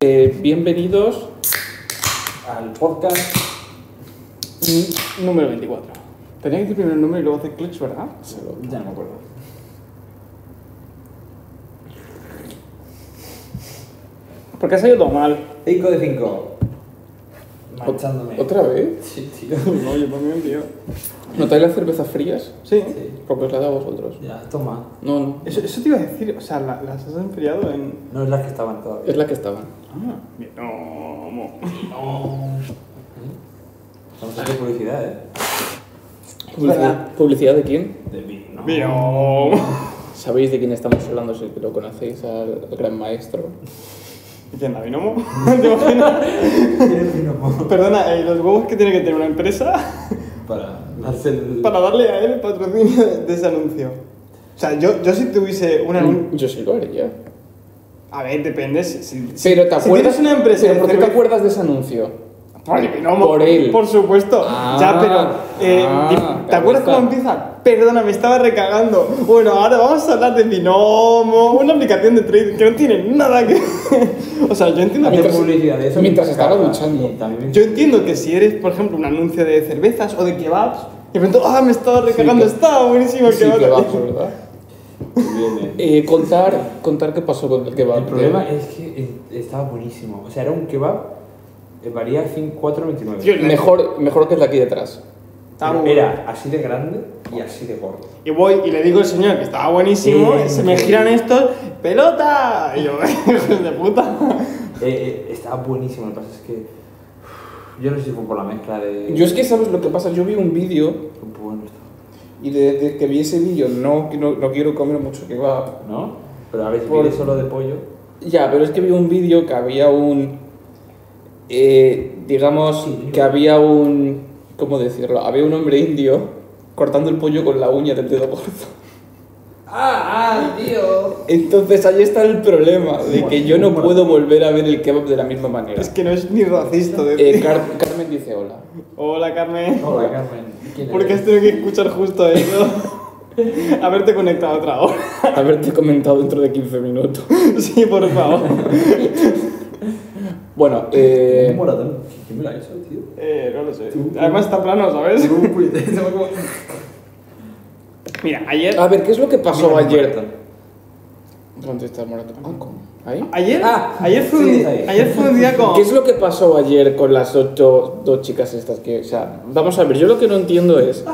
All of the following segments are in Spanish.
Eh, bienvenidos al podcast n- mm, número 24. Tenía que decir primero el número y luego hacer clics, ¿verdad? Ya no me acuerdo. Porque ha salido todo mal. 5 de 5. Marchándome. ¿Otra vez? Sí, tío. No, yo también, tío. ¿Notáis las cervezas frías? Sí. Sí. Porque os las da a vosotros. Ya, toma. No, no. Eso, eso te iba a decir, o sea, la- las has enfriado en. No es la que estaban todavía. Es la que estaba. Ah, bien. No, mo- ¿Mm? Vamos a hacer publicidad, eh. Publicidad, ¿Publicidad de quién? De vino. Bien. ¿Sabéis de quién estamos hablando si lo conocéis al, al gran maestro? ¿Y quién la Binomo? ¿Te imaginas? ¿Quieres vino mo? Perdona, eh, los huevos que tiene que tener una empresa Para hacer el... para darle a él el patrocinio de de ese anuncio. O sea, yo, yo si tuviese una. Mm, Yo sí lo haría. A ver, depende. Si, si, si- Pero te si acuerdas. tienes una empresa. pero ¿Por qué de te cerve- acuerdas de ese anuncio? Por el binomo. Por él. Por supuesto. Ah, ya, pero. eh, ah, di- ¿Te claro acuerdas está. cómo empieza? Perdona, me estaba recagando. Bueno, ahora vamos a hablar de binomo. Una aplicación de trading que no tiene nada que. o sea, yo entiendo que. Hacer Mientras- publicidad de eso. mientras estaba acaba. duchando. Y también- Yo entiendo que si eres, por ejemplo, un anuncio de cervezas o de kebabs, y de pronto, ah, me estaba recagando, que- estaba buenísimo el Sí, kebab. kebabs, ¿verdad? Viene. Eh, contar, contar qué pasó con el kebab. El problema es que eh, estaba buenísimo. O sea, era un kebab. eh, Valía 5, 4,29. Tío, Mejor, mejor que el de aquí detrás. Estaba muy bueno. Era así de grande y así de gordo. Y voy y le digo al señor que estaba buenísimo, Eh, y se me sí. giran estos, pelota. Y yo, hijos de puta. Eh, eh, estaba buenísimo, lo que pasa es que. uff, Yo no sé si fue por la mezcla de. Yo es que, ¿sabes lo que pasa? Yo vi un vídeo Bueno, estaba- y desde que vi ese vídeo no, no, no quiero comer mucho kebab. ¿No? Pero a veces Por- pide solo de pollo. Ya, pero es que vi un vídeo que había un... eh, digamos que había un... ¿Cómo decirlo? Había un hombre indio cortando el pollo con la uña del dedo gordo. ¡Ah, ah tío! Entonces ahí está el problema, de que yo no puedo volver a ver el kebab de la misma manera. Es que no es ni racista Eh, decir. Car- Carmen dice hola. Hola Carmen. Hola, Carmen. ¿Quién ¿Por qué has eres? tenido que escuchar justo eso? Haberte conectado otra hora. Haberte comentado dentro de 15 minutos. Sí, por favor. Bueno, Un eh, moratón. ¿Quién me la ha hecho, tío? Eh, no lo sé. Además está plano, ¿sabes? Mira, ayer. a ver, ¿qué es lo que pasó Mira, ayer? Moratón. ¿Dónde está el moratón? Ah, ¿cómo? ¿Ahí? Ayer, Ah, ayer, fue un, sí, di- ahí. ayer fue un día como. ¿Qué es lo que pasó ayer con las ocho dos chicas estas que, o sea, vamos a ver, yo lo que no entiendo es,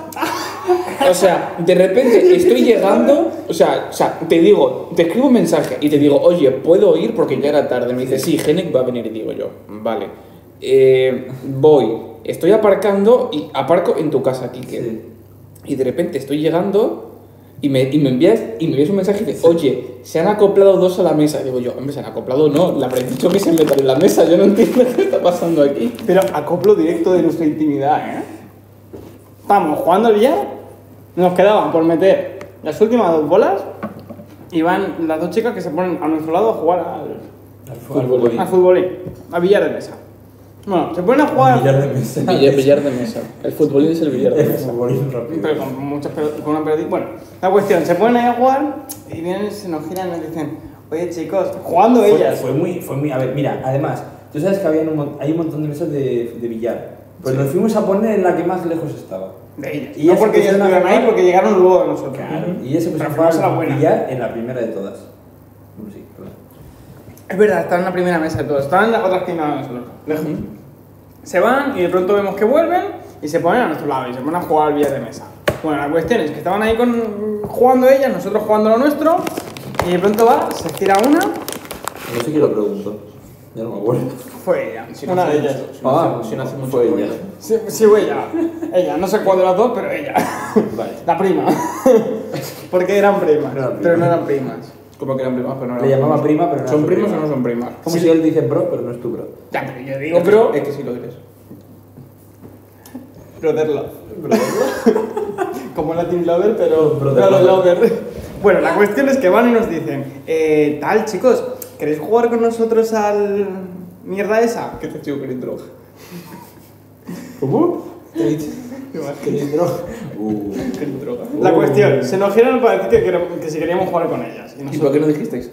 o sea, de repente estoy llegando, o sea, o sea, te digo, te escribo un mensaje y te digo, oye, puedo ir porque ya era tarde, me dice, sí, Genek va a venir y digo yo, vale, Eh, voy, estoy aparcando y aparco en tu casa, Kike. Sí. Y de repente estoy llegando y me, y me envías, y me envías un mensaje y dices, oye, se han acoplado dos a la mesa. Y digo yo, hombre, se han acoplado, no, le habré dicho que se metan en la mesa, yo no entiendo qué está pasando aquí. Pero acoplo directo de nuestra intimidad, ¿eh? Estamos jugando al billar, nos quedaban por meter las últimas dos bolas y van las dos chicas que se ponen a nuestro lado a jugar al, Al Futbolín. al futbolín, a billar de mesa. Ah, Bueno, se ponen a jugar. Billar de mesa. Billar, billar de mesa. El futbolín es el billar de El mesa. futbolín rápido. Pero con muchas pelot- con una pelotita. Bueno, la cuestión, se ponen ahí a jugar y vienen, se nos giran y nos dicen, oye chicos, jugando Fue- ellas. Fue, muy, fue muy. A ver, mira, además, tú sabes que había un, mon- hay un montón de mesas de, de billar. Pues nos fuimos a poner en la que más lejos estaba. De ellas. Y no ellas porque ellas empezaron a estuvieran ahí, jugar. porque llegaron luego de nosotros. Y ese Pero pues fue fuimos a la a buena. billar en la primera de todas. Bueno, sí, perdón. Es verdad, están en la primera mesa de todos, están en la otra esquina de nosotros, lejos. Se van y de pronto vemos que vuelven y se ponen a nuestro lado y se ponen a jugar al billar de mesa. Bueno, la cuestión es que estaban ahí con, jugando ellas, nosotros jugando lo nuestro, y de pronto va, se tira una, No sé quién lo preguntó. Ya no me acuerdo. fue ella, una de ellas. Ah, si no hace mucho fue ruido. ella. Sí, sí, fue ella, ella, no sé cuál de las dos, pero ella. Vale. La prima. Porque eran primas, No eran pero no primas. eran primas. Como que eran primas, pero no Le llamaba prima, pero no ¿Son era primos prima. o no son primas? Como si él dice bro, pero no es tu bro. Ya, pero yo Digo, digo, pero... eh, bro, Es que sí lo eres. brother love. como Latin Lover, pero Brother pero Lover. Lover. Bueno, la cuestión es que van y nos dicen, eh, tal chicos, ¿queréis jugar con nosotros al mierda esa? este Que te estoy queriendo droga. ¿Cómo? Uh. La cuestión, se nos giran para decir que, queremos- que si queríamos jugar con ellas. Y ¿Y por nosotros, qué no dijisteis?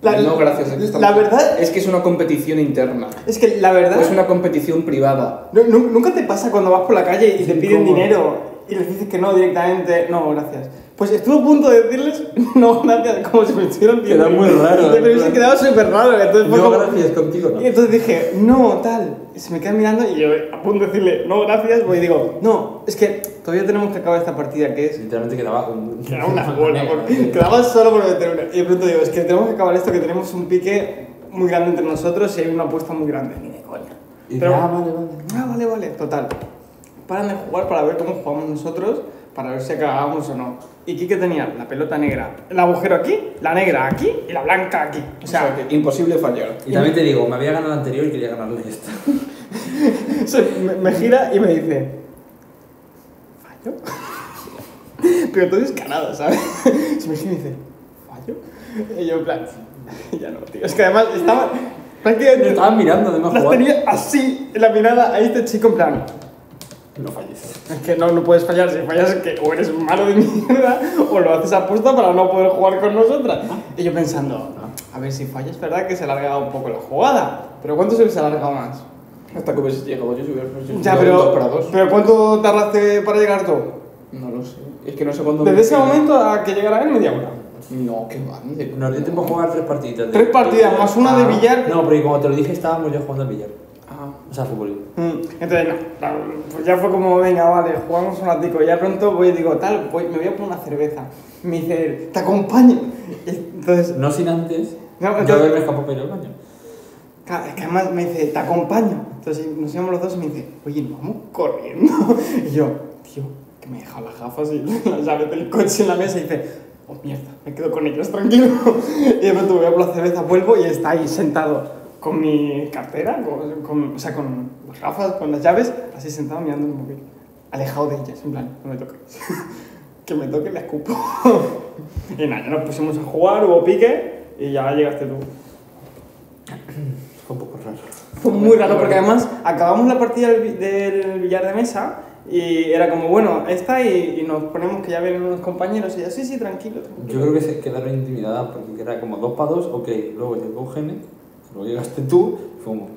La- no, gracias. aquí estamos. la verdad- Es que es una competición interna. Es que la verdad. O es una competición privada. Nu- nu- ¿Nunca te pasa cuando vas por la calle y Es te piden incómodo. dinero y les dices que no directamente? No, gracias. Pues estuve a punto de decirles no, gracias, como si me estuvieran pidiendo. Queda muy raro, Pero en me hubiese plan. quedado súper raro. Entonces, fue No, como- gracias, contigo no. Y entonces dije, no, tal. Y se me quedan mirando y yo a punto de decirle no, gracias, voy y digo, no, es que todavía tenemos que acabar esta partida que es. Literalmente quedaba un... Quedaba una bola, porque quedaba solo por meter una. Y de pronto digo, es que tenemos que acabar esto, que tenemos un pique muy grande entre nosotros y hay una apuesta muy grande. Ni de coña. Y dice, Pero- ah, vale, vale. Ah, vale, vale, total. Paran de jugar para ver cómo jugamos nosotros, para ver si acabábamos o no. ¿Y Kike tenía? La pelota negra, el agujero aquí, la negra aquí y la blanca aquí. O sea, que imposible fallar. Y también te digo, me había ganado la anterior y quería ganarle esta. se- me, me gira y me dice... ¿Fallo? Pero todo descarado, ¿sabes? Se me gira y me dice... ¿Fallo? Y yo en plan... Ya no, tío. Es que además estaba... Me Prácticamente... estaban mirando además Las jugar. tenía así en la mirada a este chico en plan... No falles. Es que no, no puedes fallar. Si fallas, es que o eres malo de mierda o lo haces apuesta para no poder jugar con nosotras. Y yo pensando, a ver si fallas, ¿verdad? Que se alarga un poco la jugada. Pero ¿cuánto se hubiese alargado más? Hasta que hubiese llegado yo, si hubiera sido Ya, dos- dos para pero, dos. pero ¿cuánto tardaste para llegar tú? No lo sé. Es que no sé cuándo. Desde ese momento a que llegara él, media hora. No, qué van. de- Eh, Nos dio tiempo a jugar tres partiditas. de- Tres partidas, más una de Ah. billar. No, porque como te lo dije, estábamos ya jugando al billar. Ah, O sea, fútbol. Mm, Entonces, no, claro, pues ya fue como, venga, vale, jugamos un ratico. Ya pronto voy y digo, tal, voy- me voy a poner una cerveza. Me dice, él, te acompaño. Y Entonces, No sin antes. No, yo entonces- haberme escapado para ir al baño. Claro, es que además me dice, te acompaño. Entonces nos íbamos los dos y me dice, oye, nos vamos corriendo. Y yo, tío, que me he dejado las gafas y las llaves del coche en la mesa y dice, oh mierda, me quedo con ellos, tranquilo. Y de pronto voy a por la cerveza, vuelvo y está ahí sentado con mi cartera, con, con- o sea, con las gafas, con las llaves, así sentado mirando el móvil, alejado de ellas, en plan, no me toques. que me toque la escupo. y nada, ya nos pusimos a jugar, hubo pique y ya llegaste tú. Fue un poco raro. Fue muy raro porque además acabamos la partida del, bi- del billar de mesa y era como, bueno, esta y, y nos ponemos que ya vienen unos compañeros y yo, sí, sí, tranquilo, tranquilo. Yo creo que se quedaron intimidadas porque era como dos para dos, ok, luego llegó Gene, luego llegaste tú, y fue como.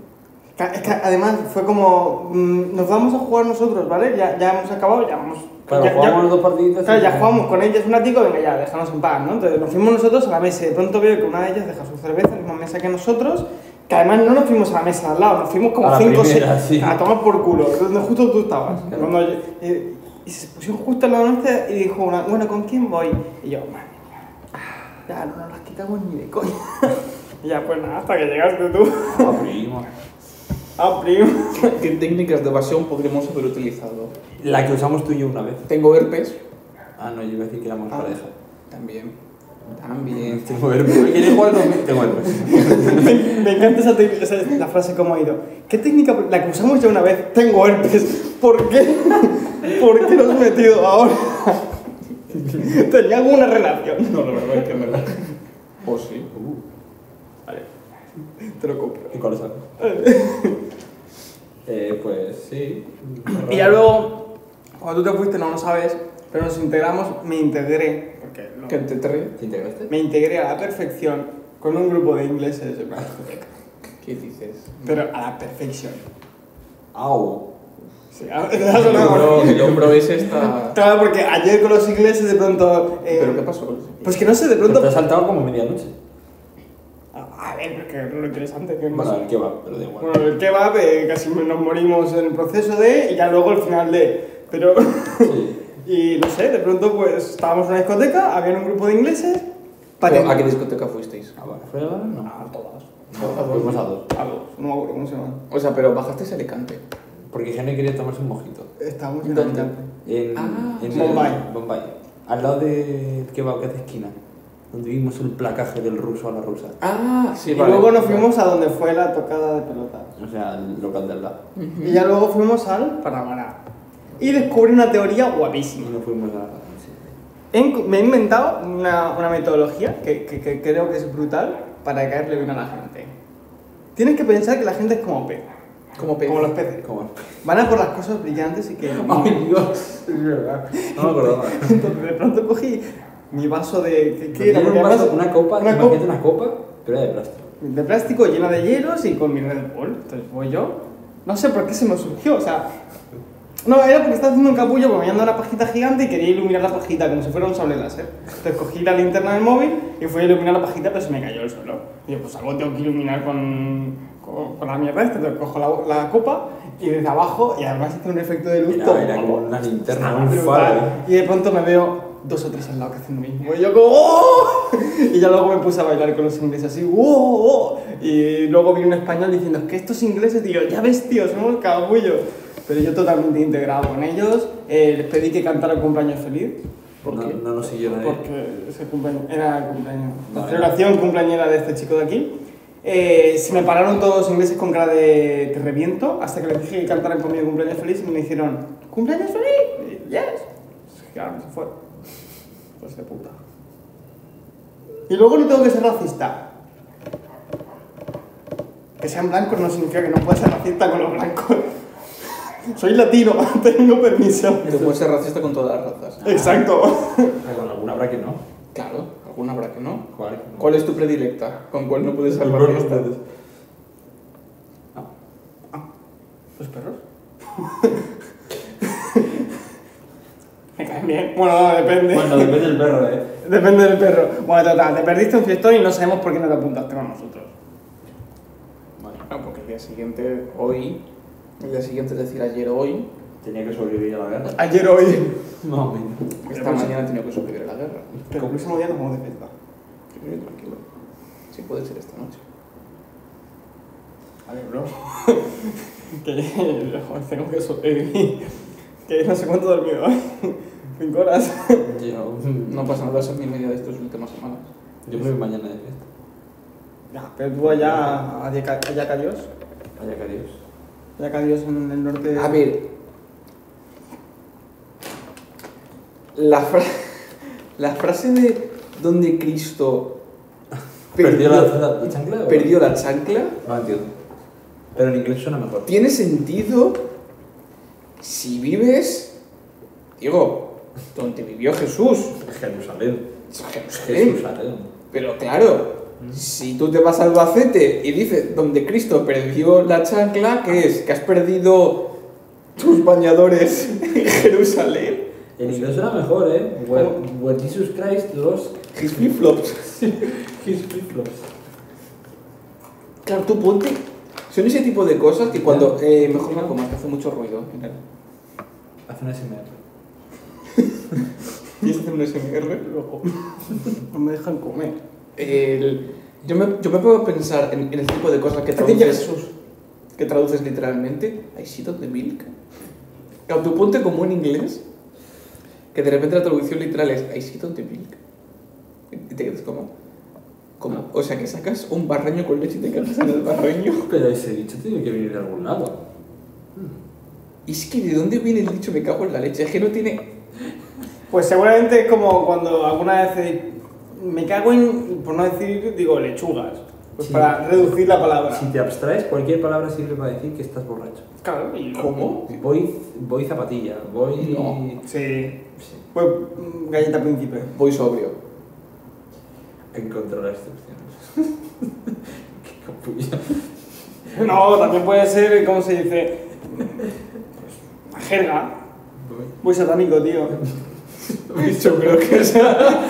Ca- Es que además fue como, mm, nos vamos a jugar nosotros, ¿vale? Ya, ya hemos acabado, ya vamos. Claro, ya, jugamos ya- dos partiditas. Claro, y- ya jugamos con ellas un ratico, venga ya, déjanos en paz, ¿no? Entonces nos fuimos nosotros a la mesa y de pronto veo que una de ellas deja su cerveza en la misma mesa que nosotros, que además no nos fuimos a la mesa de al lado, nos fuimos A como la 5 o 6 primera, sí. a tomar por culo, donde justo tú estabas. Claro. Cuando yo- eh, y se pusieron justo en la mesa y dijo una, bueno, ¿con quién voy? Y yo, madre mía, ya no nos las quitamos ni de coña. y ya, pues nada, hasta que llegaste tú, Ah, primo. a primo. ¿Qué técnicas de evasión podríamos haber utilizado? La que usamos tú y yo una vez. Tengo herpes. Ah, no, yo iba a decir que éramos Ah. pareja. También. También. Tengo herpes. ¿Quieres jugar conmigo? Tengo herpes. Me, me encanta esa, tec- esa- la frase como ha ido. ¿Qué técnica? La que usamos ya una vez. Tengo herpes. ¿Por qué? ¿Por qué lo has metido ahora? ¿Tenía alguna relación? No, la verdad es que me verdad. O sí. Uh, Vale. Te lo compro. ¿Y cuál es la- Eh, pues sí. Y ya luego, cuando tú te fuiste, no lo sabes, pero nos integramos, me integré. Porque no- Que te trae. ¿Te integraste? Me integré a la perfección con un grupo de ingleses. en plan, ¿Qué dices? Pero a la perfección. Au. Sí, a- a- sonado. el hombro ese está. Claro, porque ayer con los ingleses de pronto... eh, ¿Pero qué pasó con ese? Pues que no sé, de Pero pronto Te has saltado como medianoche. A ver, porque lo interesante que Bueno, a ver qué va, pero da igual. Bueno, el kebab eh, casi nos morimos en el proceso de y ya luego el final de. Pero. Sí. y no sé, de pronto pues estábamos en una discoteca, había un grupo de ingleses. Pero, pateando- ¿A qué discoteca fuisteis? ¿A Barcelona? No. A todas. No, fuimos Ah, pues a dos. A dos, no me acuerdo cómo se llama. O sea, pero bajasteis a Alicante. Porque Gene quería tomarse un mojito. Estábamos en ¿Dónde? Alicante. En, Ah, en sí. Bombay. Bombay. Al lado del kebab que hace esquina. Donde vimos el placaje del ruso a la rusa. Ah, sí, y luego nos fuimos a donde fue la tocada de pelota. O sea, el local del lado. Y ya luego fuimos al Panamá. Y descubrí una teoría Y guapísima. nos fuimos a. sí. He inc- me he inventado una, una metodología que, que- que creo que es brutal para caerle bien a la gente. Tienes que pensar que la gente es como pez, Como pez. como los peces. ¿Cómo? Van a por las cosas brillantes y que... Ay, Dios. Es verdad. No me acordaba. Entonces de pronto cogí mi vaso de... ¿qué- qué Tiene era? un Porque vaso, además- una copa, Una imagínate copa. una copa pero era de plástico. de plástico llena de hielos y con mi Red Bull. Entonces voy yo. No sé por qué se me surgió, o sea. No, era porque estaba haciendo un capullo porque me habían dado una pajita gigante y quería iluminar la pajita como si fuera un sable láser. Entonces cogí la linterna del móvil y fui a iluminar la pajita, pero se me cayó el suelo. Y yo, pues algo tengo que iluminar con, con, con la mierda esta. Entonces cojo la, la copa y desde abajo, y además hace un efecto de luz todo Era, era como guapo. una linterna, Estaba un Ah, brutal. faro. ¿eh? Y de pronto me veo dos o tres al lado que hacen lo mismo. Y yo como ¡Oh! Y ya luego me puse a bailar con los ingleses así ¡Oh! oh". Y luego vi un español diciendo, es que estos ingleses, tío, ya ves, tío, somos cabullos. Pero yo totalmente integrado con ellos. Eh, les pedí que cantaran cumpleaños feliz. No, no nos siguió nadie. Porque ese cumpleaños, era el cumpleaños. La Vale. celebración cumpleañera de este chico de aquí. Eh, se me pararon todos los ingleses con cara de te reviento hasta que les dije que cantaran conmigo cumpleaños feliz y me dijeron ¿Cumpleaños feliz? Y, yes. Se quedaron, se fueron. Pues de puta. Y luego no tengo que ser racista. Que sean blancos no significa que no pueda ser racista con los blancos. Soy latino, tengo permiso. Te puedes ser racista con todas las razas. Exacto. Ah, Con alguna habrá que no. Claro, alguna habrá que no. ¿Cuál? este. ¿Cuál es tu predilecta? ¿Con cuál no puedes ser Con cuál no racista? puedes. ¿Los perros? Me caen bien. Bueno, no, depende. Bueno, depende del perro, eh. Depende del perro. Bueno, total, te perdiste un fiestón y no sabemos por qué no te apuntaste con nosotros. Bueno, Ah, porque el día siguiente, hoy, el día siguiente, es decir, ayer o hoy, Tenía que sobrevivir a la guerra. Ayer hoy. Más o menos. esta mañana he tenido que sobrevivir a la guerra. Pero el próximo día nos vamos de fiesta. Yo tranquilo. Sí, puede ser esta noche. Vale, bro. que joder, tengo que sobrevivir. Que no sé cuánto he dormido hoy. Cinco horas. Yo, No pasa nada, esa es mi media de estas últimas semanas. yo me voy mañana de fiesta. Ya, pero tú allá, allá, ca- allá que adiós. Vaya que adiós. Allá que adiós en el Eh. norte. A ver. La, fra- la frase de donde Cristo ¿Perdió la, la, la chancla? o- perdió la chancla No entiendo. Pero en inglés suena mejor. tiene sentido si vives. Digo, donde vivió Jesús. Jerusalén. Jerusalén. Jerusalén. ¿eh? Pero claro, si tú te vas al Albacete y dices donde Cristo perdió la chancla, ¿qué es? ¿Que has perdido tus bañadores en Jerusalén? En inglés suena mejor, eh. Where, where Jesus Christ lost His flip-flops. his flip-flops. Claro, tú ponte. Son ese tipo de cosas que cuando. Eh, mejor no comas, que hace mucho ruido. Hace una SMR. ¿Quieres hacer un SMR? Luego. no me dejan comer. El- yo, me, yo me puedo pensar en, en el tipo de cosas que ¿Qué te traduces, que traduces literalmente. I shit on the milk. Claro, tú ponte como en inglés, que de repente la traducción literal es I shit on the milk. Y te quedas como. como o sea, que sacas un barreño con leche y te quedas en el barreño. Pero ese dicho tiene que venir de algún lado. Y es que de dónde viene el dicho me cago en la leche, es que no tiene. Pues seguramente es como cuando alguna vez he- me cago en, por no decir, digo, lechugas. Pues Sí. para reducir la palabra. Si te abstraes, cualquier palabra sirve para decir que estás borracho. Claro, y lo- ¿Cómo? Voy, voy zapatilla, voy... No. Sí. Sí, Pues mm, galleta príncipe. Voy sobrio. encontré las excepciones. Qué capullo. No, también puede ser, ¿cómo se dice? Pues, jerga. Muy satánico, tío. Yo creo que o sea,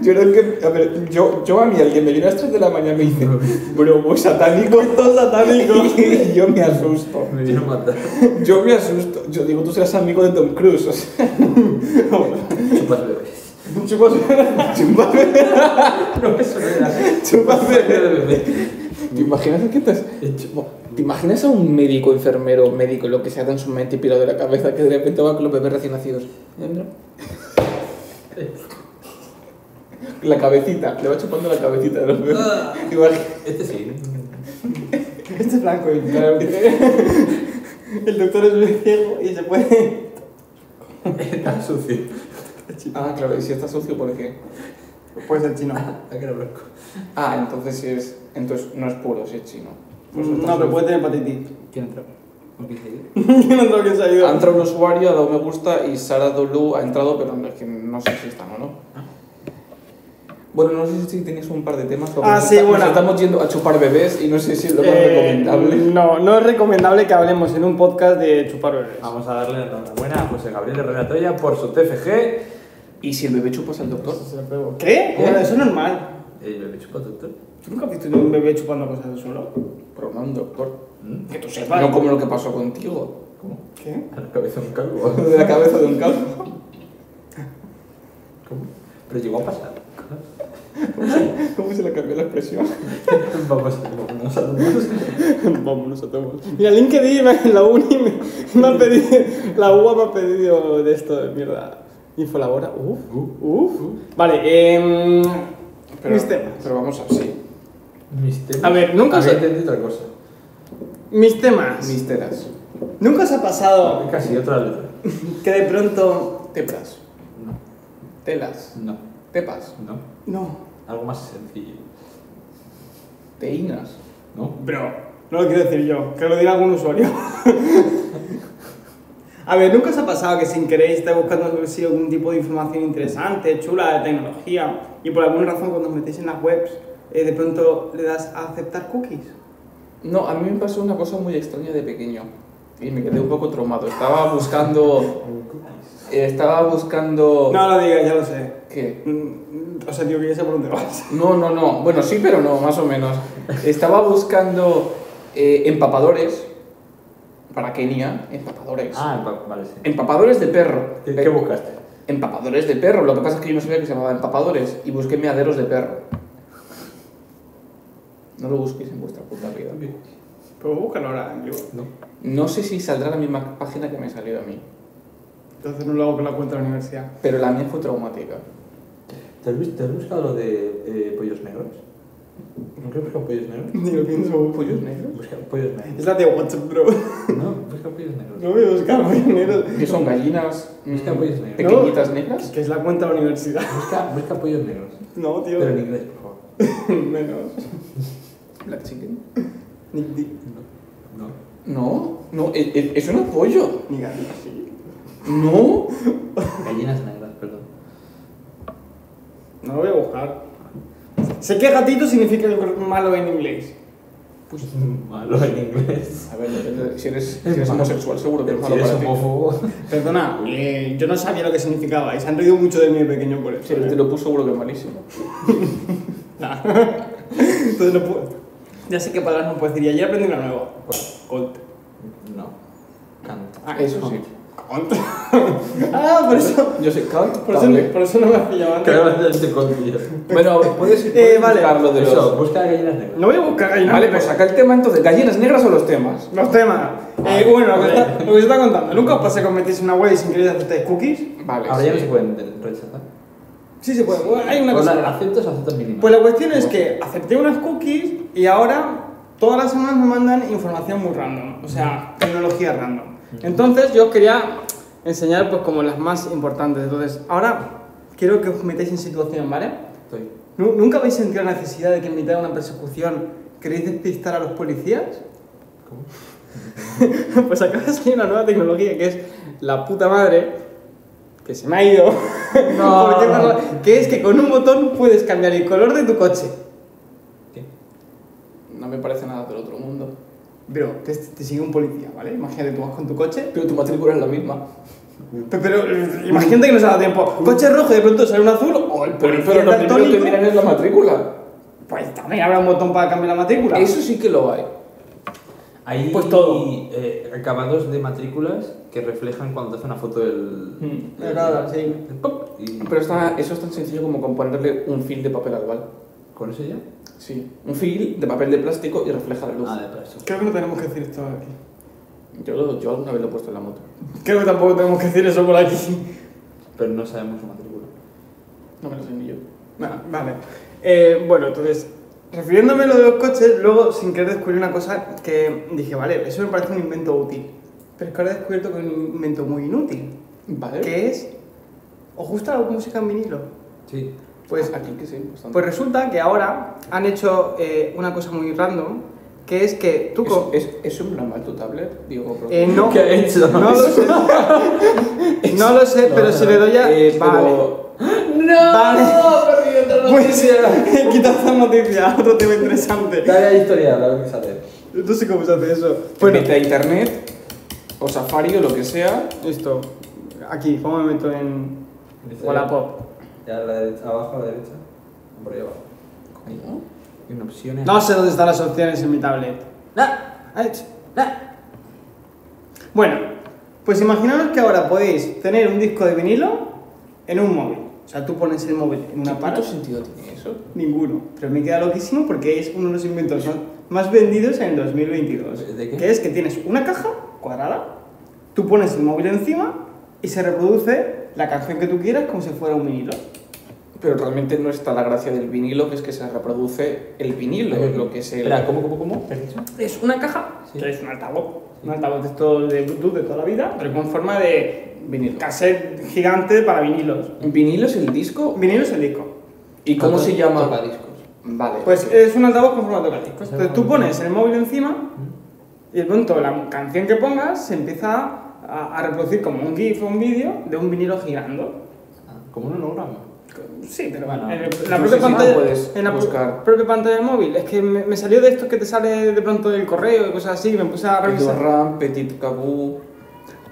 Yo creo que. A ver, yo, yo a mí alguien me viene a las 3 de la mañana y me dice, bro, voy satánico. Todo satánico. Y yo me asusto. Oh, Me vino a matar. Yo me asusto. Yo digo, tú serás amigo de Tom Cruise. O sea, Chupas bebés. Chupas. chúpame, No, eso no era. chúpame. Chupas bebés. ¿Te imaginas a qué estás? ¿Te imaginas a un médico, enfermero, médico, lo que sea, en su mente y pirado de la cabeza que de repente va con los bebés recién nacidos? Eh, mira. La cabecita, le va chupando la cabecita de los bebés. Imagínate. Este sí. Este es blanco y claro. El doctor es ciego y se puede. Está sucio. Ah, claro, y si está sucio, ¿por qué? Puede ser chino. Ah, que era blanco. Ah, entonces si es. Entonces no es puro, si es chino. Pues Mm, está No, sucio. pero puede tener hepatitis. ¿Quién entra? ¿No quieres seguir? no creo que se ha ido. Ha entrado un usuario, ha dado me gusta y Sara Dolu ha entrado, pero no, es que no sé si están o no. Bueno, no sé si tenías un par de temas. pero Ah, nos sí, está- nos bueno. estamos yendo a chupar bebés y no sé si es lo más Eh, recomendable. No, no es recomendable que hablemos en un podcast de chupar bebés. Ah, Vamos a darle la enhorabuena a José Gabriel Herrera Toya por su TFG. ¿Y si el bebé chupas al doctor? ¿Eh? ¿Qué? Bueno, eso es normal. Eh, bebé chupa, doctor. ¿Tú nunca has visto un bebé chupando cosas del suelo? Pero no un doctor. ¿Mm? Que tú sepas. No como lo que pasó contigo. ¿Cómo? ¿Qué? A la cabeza de un calvo. De la cabeza de un calvo. ¿Cómo? Pero llegó a pasar. ¿Cómo se le cambió la expresión? Vamos a vamos a Vámonos a tomar. Mira, LinkedIn me- en la uni me, me ha pedido. La UA me ha pedido de esto, de mierda. Infolabora. Uf, Uh, uf. uh. Vale, eh. mis temas. Pero vamos a sí. Mis temas. A ver, nunca Había sé- entendido otra cosa. Mis temas. Misteras. ¿Nunca os ha pasado Casi otra letra. que de pronto. Tepras. No. Telas. No. Tepas. No. No. Algo más sencillo. Teínas. ¿No? Bro, no lo quiero decir yo, que lo diga algún usuario. A ver, ¿nunca os ha pasado que sin querer estáis buscando si algún tipo de información interesante, chula, de tecnología, y por alguna razón cuando os metéis en las webs, eh, de pronto le das a aceptar cookies? No, a mí me pasó una cosa muy extraña de pequeño. Y me quedé un poco traumado. Estaba buscando. eh, Estaba buscando. No lo digas, ya lo sé. ¿Qué? Mm, O sea, digo que ya sé por dónde vas. No, no, no. Bueno, sí, pero no, más o menos. Estaba buscando eh, empapadores para Kenia. Empapadores. Ah, va- vale, sí. Empapadores de perro. ¿Qué, qué buscaste? Empapadores de perro. Lo que pasa es que yo no sabía que se llamaba empapadores y busqué meaderos de perro. No lo busquéis en vuestra puta vida. Pero Pues búscalo ahora en vivo. No. No sé si saldrá la misma página que me salió a mí, Entonces no lo hago con la cuenta de la universidad. pero la mía fue traumática. ¿Te has, vis- te has buscado lo de eh, pollos negros? ¿Nunca has buscado pollos negros? Ni lo pienso. pues ¿Pollos negros? Busca pollos negros. Es la de WhatsApp, bro. No, busca pollos negros. No voy a buscar pioneros. Que son gallinas mm, Es que pollos negros. pequeñitas Es negras. que es la cuenta de la universidad. Busca, busca pollos negros. No, tío. Pero en inglés, por favor. Menos. Black chicken. Ni, ni, No. No, no, e- e- es, un pollo. ni gallina, sí. No. Gallinas negras, perdón. No lo voy a buscar. Sé que gatito significa algo malo en inglés. Pues malo en inglés. A ver, depende, si eres, si eres malo. homosexual seguro que es Si malo eres para ti. homófobo. Perdona, eh, yo no sabía lo que significaba y se han reído mucho de mí de pequeño por Si eso. eres ¿eh? de lo puso seguro que es malísimo. Nah. Entonces no puedo. Ya sé qué palabras no puedo decir y ayer aprendí una nueva. Cont. Pues, No. Canto. Ah, Eso sí. Cont. ah, por eso. Yo sé cunt, Por también. eso, por eso no me has pillado antes. Claro, este contigo. Bueno, puedes, Eh, puedes vale. buscar lo de los... Eso, busca gallinas negras. No voy a buscar gallina. Vale, pues saca el tema entonces. ¿Gallinas negras o los temas? Los temas. Eh, bueno, lo que, está, lo que se está contando. ¿Nunca os pasa que os metéis en una web y sin querer aceptáis cookies? Vale. Ahora ya no sí. se pueden rechazar. Sí, se puede. Bueno, Hay una Pues la- cosa. aceptas o aceptas mínimo. Pues la cuestión es que acepté unas cookies y ahora todas las semanas me mandan información muy random. O sea, tecnología random. Entonces yo os quería enseñar pues como las más importantes. Entonces ahora quiero que os metáis en situación, ¿vale? Estoy. ¿Nu- ¿Nunca habéis sentido la necesidad de que en mitad de una persecución queréis despistar a los policías? ¿Cómo? pues acaba de salir una nueva tecnología que es la puta madre, que se me ha ido, No. Porque no la- que es que con un botón puedes cambiar el color de tu coche. ¿Qué? No me parece nada del otro mundo. Bro, te, te sigue un policía, ¿vale? Imagínate, tú vas con tu coche. Pero tu matrícula es la misma. Pero, pero, imagínate que nos ha dado tiempo. Coche rojo y de pronto sale un azul. O el Pero, policía pero lo primero que daltónico, miran es la matrícula. Pues también habrá un botón para cambiar la matrícula. Eso sí que lo hay. Hay Pues todo. eh, acabados de matrículas que reflejan cuando te hace una foto del. Mm, de nada, sí. del pop, y Pero está, eso es tan sencillo como con ponerle un fil de papel al bal. ¿Con eso ya? Sí. Un fil de papel de plástico y refleja la luz. Ah, de plástico. Creo que no tenemos que decir esto aquí. Yo, lo- yo alguna vez lo he puesto en la moto. Creo que tampoco tenemos que decir eso por aquí. Pero no sabemos su matrícula. No me lo sé ni yo. Nah, vale. Eh, bueno, entonces, refiriéndome a lo de los coches, luego sin querer descubrí una cosa que dije, vale, eso me parece un invento útil. Pero es que ahora he descubierto que es un invento muy inútil. Vale. Que es. ¿Os gusta la música en vinilo? Sí. Pues, aquí Ah, que sí. bastante. pues resulta que ahora han hecho eh, una cosa muy random, que es que tú co- ¿Es, es, es un normal tu tablet? Digo, pero- Eh, no, ¿Qué ha hecho? no lo sé, no lo sé, pero si le doy a... Eh, vale. pero- ¡No! Vale. Perdí otra Pues noticia. quita esa noticia, otro tema interesante. Dale a historia, la que sale. No sé cómo se hace eso. Pues, Bueno. Bueno, Vete a internet, o Safari o lo que sea. esto. Aquí, ¿cómo me meto en Wallapop? Ya a la derecha, abajo, a la derecha. Por ahí abajo. Ahí. Y una opción es. No sé dónde están las opciones en mi tablet. ¡No! Ay, ch- ¡No! Bueno, pues imaginaos que ahora podéis tener un disco de vinilo en un móvil. O sea, tú pones el móvil en ¿Qué una puto parte. sentido tiene eso? Ninguno. Pero me queda loquísimo porque es uno de los inventos más vendidos en el 2022. ¿De qué? Que es que tienes una caja cuadrada, tú pones el móvil encima y se reproduce la canción que tú quieras como si fuera un vinilo. Pero realmente no está la gracia del vinilo, que es que se reproduce el vinilo, Ajá. lo que es el... Espera, ¿cómo, cómo, cómo? Es una caja, Sí. es un altavoz. Un altavoz de estos de Bluetooth de toda la vida, pero con forma de Vinilo. cassette gigante para vinilos. ¿Vinilo es el disco? Vinilo es el disco. ¿Y cómo se llama? Ah, discos. Vale. Pues es un altavoz con forma de tocadiscos. Sí, Entonces tú vale. pones el móvil encima y de pronto la canción que pongas se empieza a, a reproducir como un GIF o un vídeo de un vinilo girando. Como un holograma. Sí, pero Bueno, en, el- sí, la Ah, pues sí, propia sí, pantalla, no puedes en la pro- buscar. propia pantalla del móvil. Es que me, me salió de estos que te sale de pronto del correo y cosas así y me puse a revisar. Ram, Petit Cabú...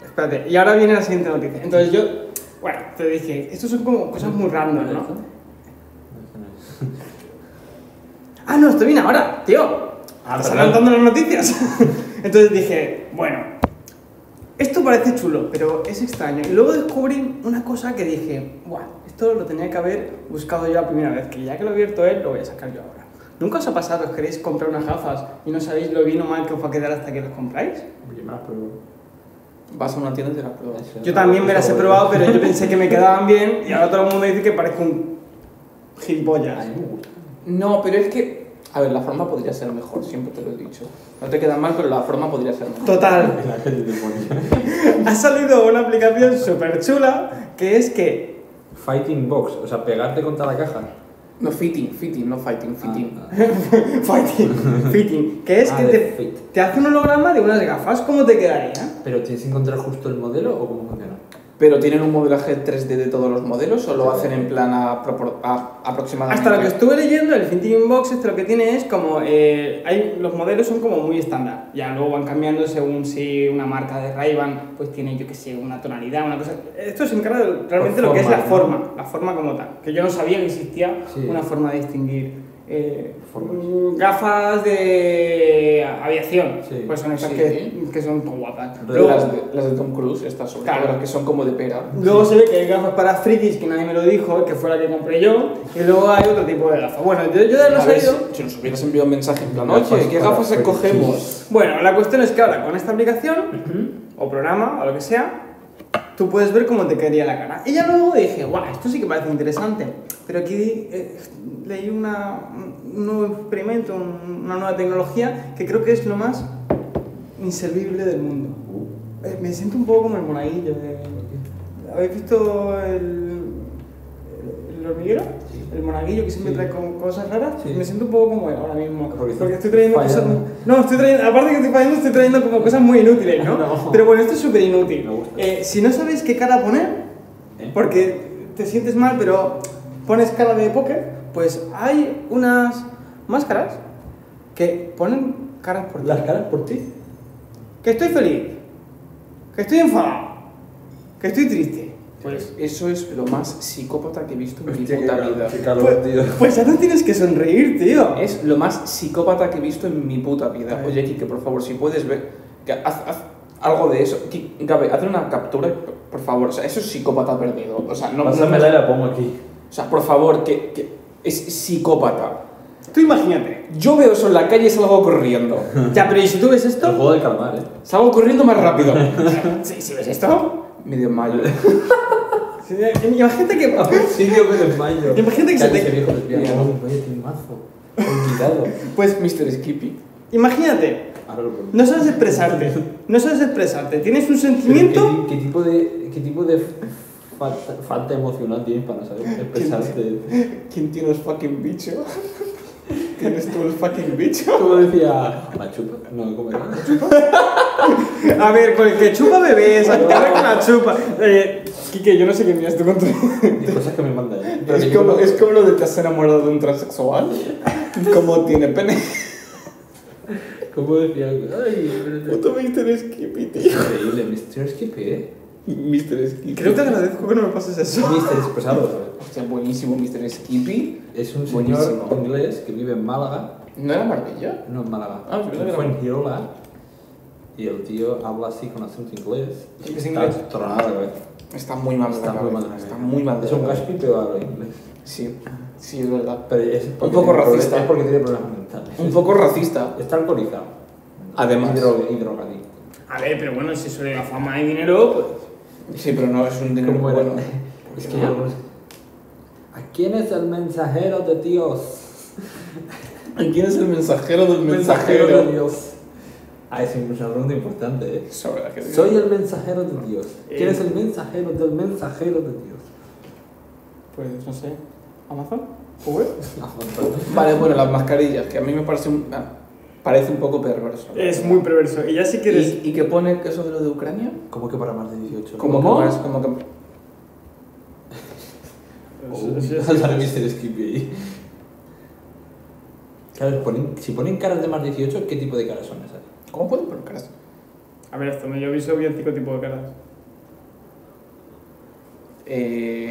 Espérate, y ahora viene la siguiente noticia. Entonces yo, bueno, te dije, esto son como cosas muy random, ¿no? Ah, no, esto viene ahora, tío. Ah, Estás perdón. contando las noticias. Entonces dije, bueno, esto parece chulo, pero es extraño. Y luego descubrí una cosa que dije, bueno, esto lo tenía que haber buscado yo la primera vez, que ya que lo ha abierto él, lo voy a sacar yo ahora. ¿Nunca os ha pasado que queréis comprar unas gafas y no sabéis lo bien o mal que os va a quedar hasta que las compráis? Oye, me las pruebo. Vas a una tienda y te las pruebas. Eso. Yo también me las he Eso, probado, bueno. pero yo pensé que me quedaban bien y ahora todo el mundo dice que parezco un A gilipollas. mí me gusta. No, pero es que... A ver, la forma podría ser mejor, siempre te lo he dicho. No te queda mal, pero la forma podría ser mejor. Total, Es la gente de Pony. ha salido una aplicación súper chula que es que Fighting box, o sea, pegarte contra la caja. No, fitting, fitting, no fighting, fitting. Ah, Fighting, fitting, que es Ah, que de te, fit. te hace un holograma de unas gafas, ¿cómo te quedaría? ah. Pero tienes que encontrar justo el modelo o cómo funciona. ¿Pero tienen un modelaje 3D de todos los modelos o lo hacen en plan a, propor- a- aproximadamente? Hasta lo que estuve leyendo, el fitting box este lo que tiene es como, eh, hay, los modelos son como muy estándar, ya luego van cambiando según si una marca de ray pues tiene, yo que sé, una tonalidad, una cosa... Esto se encarga de realmente Por lo que es la forma, forma, la forma como tal, que yo no sabía que existía Sí. una forma de distinguir. eh, Formas. gafas de aviación, Sí. pues son estas Sí. que, que son tan guapas. Pero Luego- las, de, las de Tom Cruise, estas sobre Claro. todo, las que son como de pera. Luego se ve que hay gafas para frikis que nadie me lo dijo, que fue la que compré yo, y luego hay otro tipo de gafas. Bueno, yo, yo ya lo A ver, he sabido. si si nos hubieras enviado un mensaje en plan, Gafas oye, ¿qué para gafas frikis". escogemos? Bueno, la cuestión es que ahora con esta aplicación, o programa, o lo que sea, tú puedes ver cómo te quedaría la cara. Y ya luego dije, guau, esto sí que parece interesante. Pero aquí eh, leí una, un nuevo experimento, un- una nueva tecnología que creo que es lo más inservible del mundo. Uh. Eh, Me siento un poco como el monaguillo. de- ¿Habéis visto el, el hormiguero? El monaguillo que siempre Sí. trae con cosas raras. Sí. Me siento un poco como él ahora mismo. Porque Porque, estás estoy trayendo cosas. fallando. No, estoy trayendo. Aparte que estoy fallando, estoy trayendo como cosas muy inútiles, ¿no? No. Pero bueno, esto es súper inútil. Me gusta. Eh, si no sabéis qué cara poner, ¿Eh? porque te sientes mal, pero pones cara de póker, pues hay unas máscaras que ponen caras por ti. ¿Las caras por ti? Que estoy feliz. Que estoy enfadado. Que estoy triste. Pues, Eso es lo más psicópata que he visto en Hostia, mi qué puta cal- vida. qué calor, tío. pues ya no tienes que sonreír, tío. ¿Eh? Es lo más psicópata que he visto en mi puta vida. Ay. Oye, Kike, por favor, si puedes ver, que haz, haz algo de eso. Ki- Gabe, haz una captura, por favor. O sea, eso es psicópata perdido. O sea, no, no- Pásamela y la pongo aquí. O sea, por favor, que, que es psicópata. Tú imagínate. Yo veo eso en la calle y salgo corriendo. Ya, pero ¿y si tú ves El esto? juego del calamar, ¿eh? Salgo corriendo más rápido. Si, si ves esto. Me desmayo. Sí, Imagínate que. Sí, yo me desmayo. Imagínate que se te- Cállese, viejo lesbiano. Mira. Oye, qué mazo. Cuidado. Pues Mr. Skippy. Imagínate, Ahora lo pongo. no sabes expresarte, no sabes expresarte, tienes Pero un ¿Qué, sentimiento. ti- qué tipo de, qué tipo de falta, falta emocional tienes para saber expresarte? ¿Quién tiene los fucking bicho? ¿Tienes tú el fucking bicho? Como decía Machupa. No, ¿cómo era? A ver, con el que chupa bebés, al que habla con la chupa. eh, Quique, yo no sé qué miras tú con tu... De cosas que me manda él. Pero Es que yo como, no- es como lo de te has enamorado de un transexual. Como tiene pene. ¿Cómo decía algo? Ay, pero- Puto Mr. Skippy, tío. Increíble, Mr. Skippy, ¿eh? Mr. Skippy. Creo que te agradezco que no me pases eso. Mr. Esposado. Hostia, buenísimo Mr. Skippy. Es un señor Buenísimo. inglés que vive en Málaga. ¿No era Marbella? No, en Málaga. Ah, yo pensaba que era- Fue en Girola. Y el tío habla así con acento inglés. ¿Es Está inglés? tronado, güey. Está muy mal de la Está muy cabeza, mal. ¿eh? Está muy mal de Es la un cabeza. gaspi, ¿eh? pero habla inglés. Sí, sí, es verdad. Pero es porque poco tiene problemas- racista. Es porque tiene problemas mentales. Un poco racista. Está alcoholizado. Además. Y dro- y drogadicto. A ver, pero bueno, si sobre la fama hay dinero, pues... Sí, pero no es un dinero ¿Cómo era? bueno. Es que yo algunos- ¿A quién es el mensajero de Dios? ¿Quién es el mensajero del de mensajero? Dios. Ah, es una pregunta importante, ¿eh? Eso, ¿verdad que sí? Soy el mensajero de Dios. ¿Quién Eh. es el mensajero del mensajero de Dios? Pues no sé. ¿Amazon? ¿Uber? Vale, bueno, las mascarillas, que a mí me parece un, ah, parece un poco perverso. Es muy perverso. Y ya si quieres... ¿Y, ¿Y que pone eso de lo de Ucrania? ¿Cómo que para más de 18? Como ¿Cómo? que más, como que... Oh, Eso- eso- sale Mr. Skippy ahí. Claro, ponen- si ponen caras de más de 18, ¿qué tipo de caras son esas? ¿Cómo pueden provocar eso? A ver, hasta donde yo he visto había cinco tipos de caras.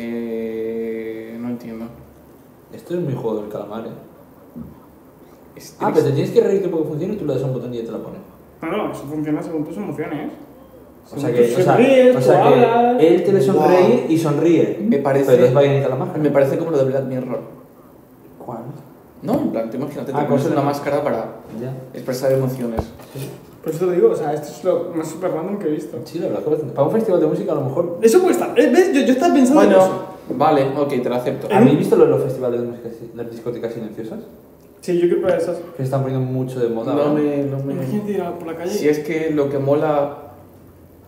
Eh... No entiendo. Esto es muy juego del calamar, ¿eh? Es Ah, pero pues triste. te tienes que reírte porque funciona y tú le das a un botón y ya te la pones. No, no, eso funciona según tus emociones. O sea Según que, tú o sea, sonríes, o sea tú hablas. que él te ve sonreír y sonríe. Me parece- Pero es vainita la máscara. Me parece como lo de Black Mirror. ¿Cuál? No, en plan, te imagínate, te Ah, pones con- una máscara para Ya. expresar emociones. Por eso te digo, o sea, esto es lo más super random que he visto. Sí, la verdad es que bastante. Para un festival de música a lo mejor. Eso puede estar. eh, ¿Ves? Yo, yo estaba pensando en eso. Bueno, vale, ok, te lo acepto. Eh. ¿Habéis visto lo de los festivales de música, si- las discotecas silenciosas? Sí, yo creo que esas. Que se están poniendo mucho de moda. No ahora. me... No me... Imagínate ir a- por la calle. Si es que lo que mola...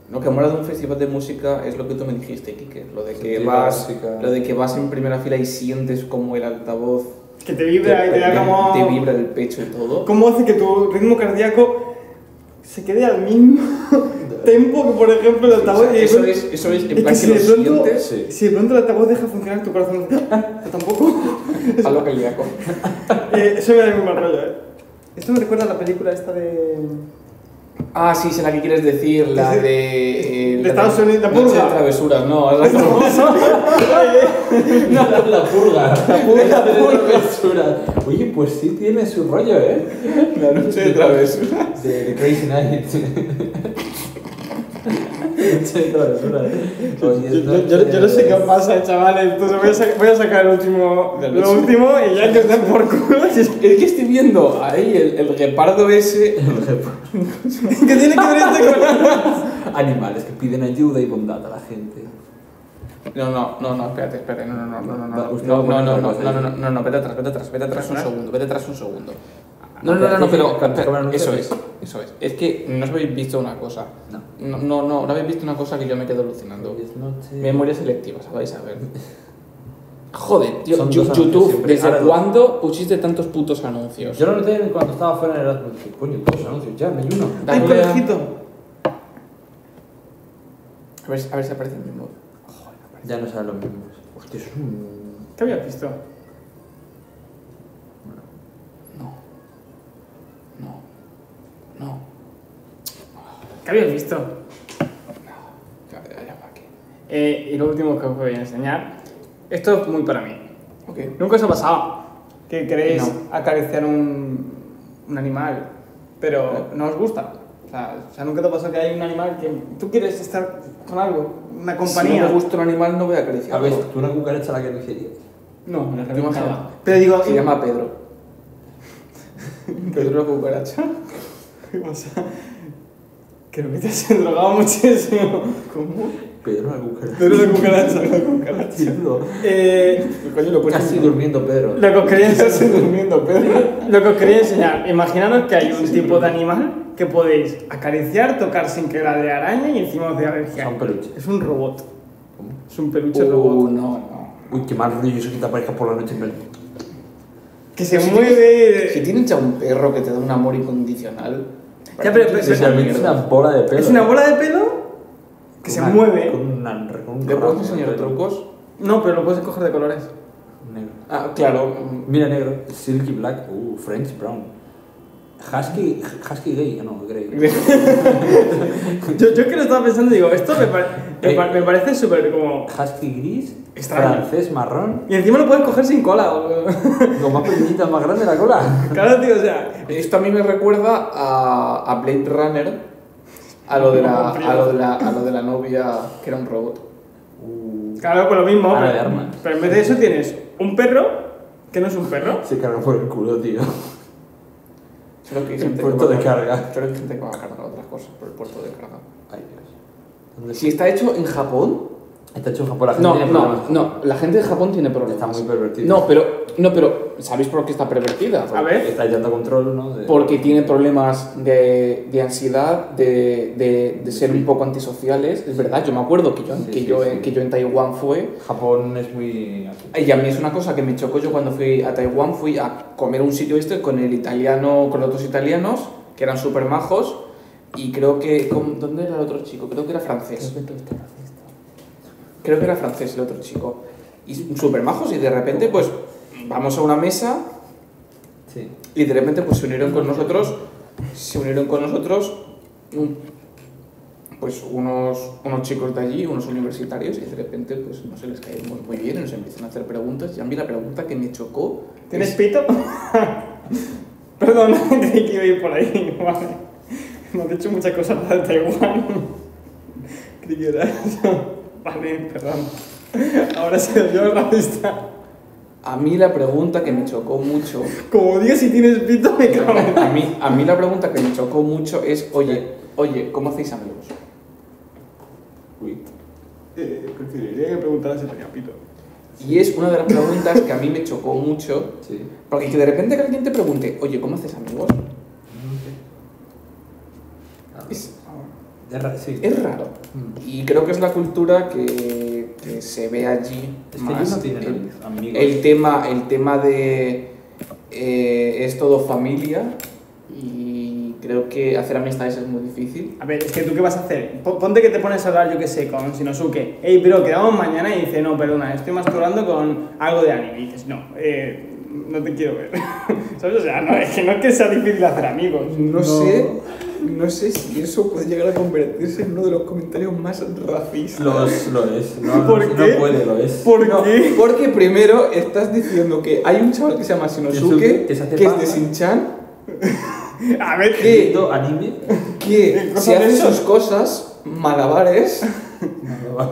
Lo que mola de un festival de música es lo que tú me dijiste, Kike. Lo de que Sentir la vas... música. Lo de que vas en primera fila y sientes como el altavoz... Que te vibra y te da como. te vibra el pecho y todo. ¿Cómo hace que tu ritmo cardíaco se quede al mismo tempo que, por ejemplo, el O sea, altavoz? y de eso pronto- es, eso es, en es plan que que si lo de pronto, sientes sí. si de pronto el altavoz deja funcionar tu corazón, "Ah, yo tampoco. a lo cardíaco. Eh, eso me da muy mal rollo, ¿eh? Esto me recuerda a la película esta de. Ah, sí, sé la que quieres decir, la Es de- de... eh, de la Estados Unidos, la Noche purga. de travesuras, no. es la- No, la purga. La purga. La purga. Oye, pues sí tiene su rollo, ¿eh? La noche de travesuras. De, de Crazy Night. Noche de travesura. Oye, es noche- pasa, chavales. Entonces voy a, sa- voy a sacar el último, La lo noche. último y ya que os den por culo. Es que estoy viendo ahí el, el reparto ese. ¿Qué tiene que ver este con.? Animales que piden ayuda y bondad a la gente. No, no, no, no, espérate, espérate. No, no, no, no, no, no. Va, usted No, va a no, poner no, no, otra no, cosa no, ahí. no, no, no, vete atrás, vete atrás, vete atrás un segundo, vete atrás un segundo. No, no, no, Espérate, no, pero. cuando acabe el espera, anuncio, Eso es, sí. eso es. Es que no os habéis visto una cosa. No. No, no, no, no habéis visto una cosa que yo me quedo alucinando. Es noche. Memoria selectiva, vais a ver. Joder, tío, Son Yu- dos anuncios YouTube, siempre. ¿desde Ahora dos. cuándo pusiste tantos putos anuncios? Yo lo noté cuando estaba fuera en Erasmus. Dije, Coño, todos anuncios, ya, me hay uno. Dale Ay, a- conejito. A ver, a ver si aparece el mismo. Ya no serán los mismos. Hostia, es un. ¿Qué habías visto? No. No. No. ¿Qué habías visto? Ya, ya, ya, ¿para qué? Eh, y lo último que os voy a enseñar. Esto es muy para mí. Ok. Nunca os ha pasado que queréis No. acariciar un, un animal, pero no os gusta. O sea, o sea, nunca te ha pasado que hay un animal que tú quieres estar con algo, una Si no compañía. me gusta un animal, no voy a A acariciarlo. ver, tú una cucaracha la que anunciarías. no, me la Yo me reventaba. acuerdo. Pero digo, Se llama Pedro. Pedro la cucaracha. ¿qué pasa? Creo que te has drogado muchísimo. ¿Cómo? Pedro, una cucaracha. Pero la cucaracha, la cucaracha. Pedro. Eh, Coño, lo puedes Casi durmiendo, Pedro. lo que os quería enseñar- Casi durmiendo, Pedro. Lo que os quería enseñar, imaginaros que hay un tipo de animal que podéis acariciar, tocar sin que la de araña y encima os dé alergia. O sea, un peluche. Es un robot. ¿Cómo? Es un peluche Uh, robot. no, no. Uy, qué mal rollo eso que te aparezca por la noche en Pedro. Que se Si mueve. Si tienes ya un perro que te da un amor incondicional. Ya, pero- pero- es una Especialmente es una mierda. bola de pelo. es una bola de pelo que se Una- mueve. Con un una, con un ¿Le puedes ramo enseñar de trucos? No, pero lo puedes escoger de colores. Negro. Ah, claro. mm, Mira, negro. Silky Black. Uh, French Brown. Husky, husky gay. Ah, No, grey. Yo, yo es que lo estaba pensando y digo, esto me, pare- me pa- me parece súper como. Husky gris. Extraño. Francés marrón. Y encima lo puedes coger sin cola. boludo. Con más pequeñita, más grande la cola. Claro, tío, o sea. Esto a mí me recuerda a, a Blade Runner, a lo, de la, a, lo de la, a lo de la novia que era un robot. Uh, Claro, pues lo mismo. Ana de pero- Armas. Pero en vez de eso tienes un perro, que no es un perro. se cargó por el culo, tío. Solo que hay El gente que puerto va a de cargar- carga. Solo que hay gente que va a cargar otras cosas por el puerto de carga. Ay, Dios. ¿Dónde Si está hecho en Japón, Está hecho en Japón. La gente No, tiene no, problemas. no, la gente de Japón tiene problemas. Está muy pervertida. No, pero, no, pero ¿sabéis por qué está pervertida? A ver. Está echando control, ¿no? De- Porque tiene problemas de, de ansiedad, de, de- de ser un poco antisociales. Es verdad, yo me acuerdo que yo, Sí, que sí, yo, sí. en- que yo en Taiwán fue. Japón es muy. así. Y a mí es una cosa que me chocó. Yo cuando fui a Taiwán fui a comer a un sitio este con el italiano, con otros italianos, que eran súper majos. Y creo que... ¿cómo- ¿Dónde era el otro chico? Creo que era francés. creo que era francés el otro chico, y súper majos, y de repente pues vamos a una mesa Sí. y de repente pues se unieron con nosotros, se unieron con nosotros mm, pues unos, unos chicos de allí, unos universitarios, y de repente pues no se les caímos muy bien, y nos empiezan a hacer preguntas, y a mí la pregunta que me chocó ¿Tienes es- pito? Perdón, creí que iba a ir por ahí. Vale. Me han dicho muchas cosas de Taiwán. Creí que era eso. Vale, perdón. Ahora se dio la vista. a mí la pregunta que me chocó mucho, Como diga si tienes pito, me cago en- a mí, a mí la pregunta que me chocó mucho es, oye, oye, ¿cómo hacéis amigos? Uy. Eh, Preferiría que preguntara si tenía pito. Y es una de las preguntas que a mí me chocó mucho, Sí. Porque que de repente que alguien te pregunte, oye, ¿cómo haces amigos? Ah. Es, Es ra- sí. es raro. Mm. Y creo que es la cultura que, que se ve allí. Es que ellos más. no tienen el, amigos. el tema, el tema de eh, es todo familia y creo que hacer amistades es muy difícil. A ver, es que tú qué vas a hacer. Po- Ponte que te pones a hablar, yo qué sé, con Shinosuke. Ey, pero quedamos mañana y dice, no, perdona, estoy masturbando con algo de anime. Y dices, no, eh, no te quiero ver. ¿Sabes? O sea, no, es que no es que sea difícil hacer amigos. No, sé, no sé si eso puede llegar a convertirse en uno de los comentarios más racistas. Los, lo es. No, ¿Por no, qué? no puede, lo es. ¿Por No, qué? Porque primero estás diciendo que hay un chaval que se llama Shinosuke, Shinosuke, que que se es hace de papa. Shinchan, A ver, ¿Qué? Viendo anime. que ¿Qué se cosa hace de eso? sus cosas malabares Los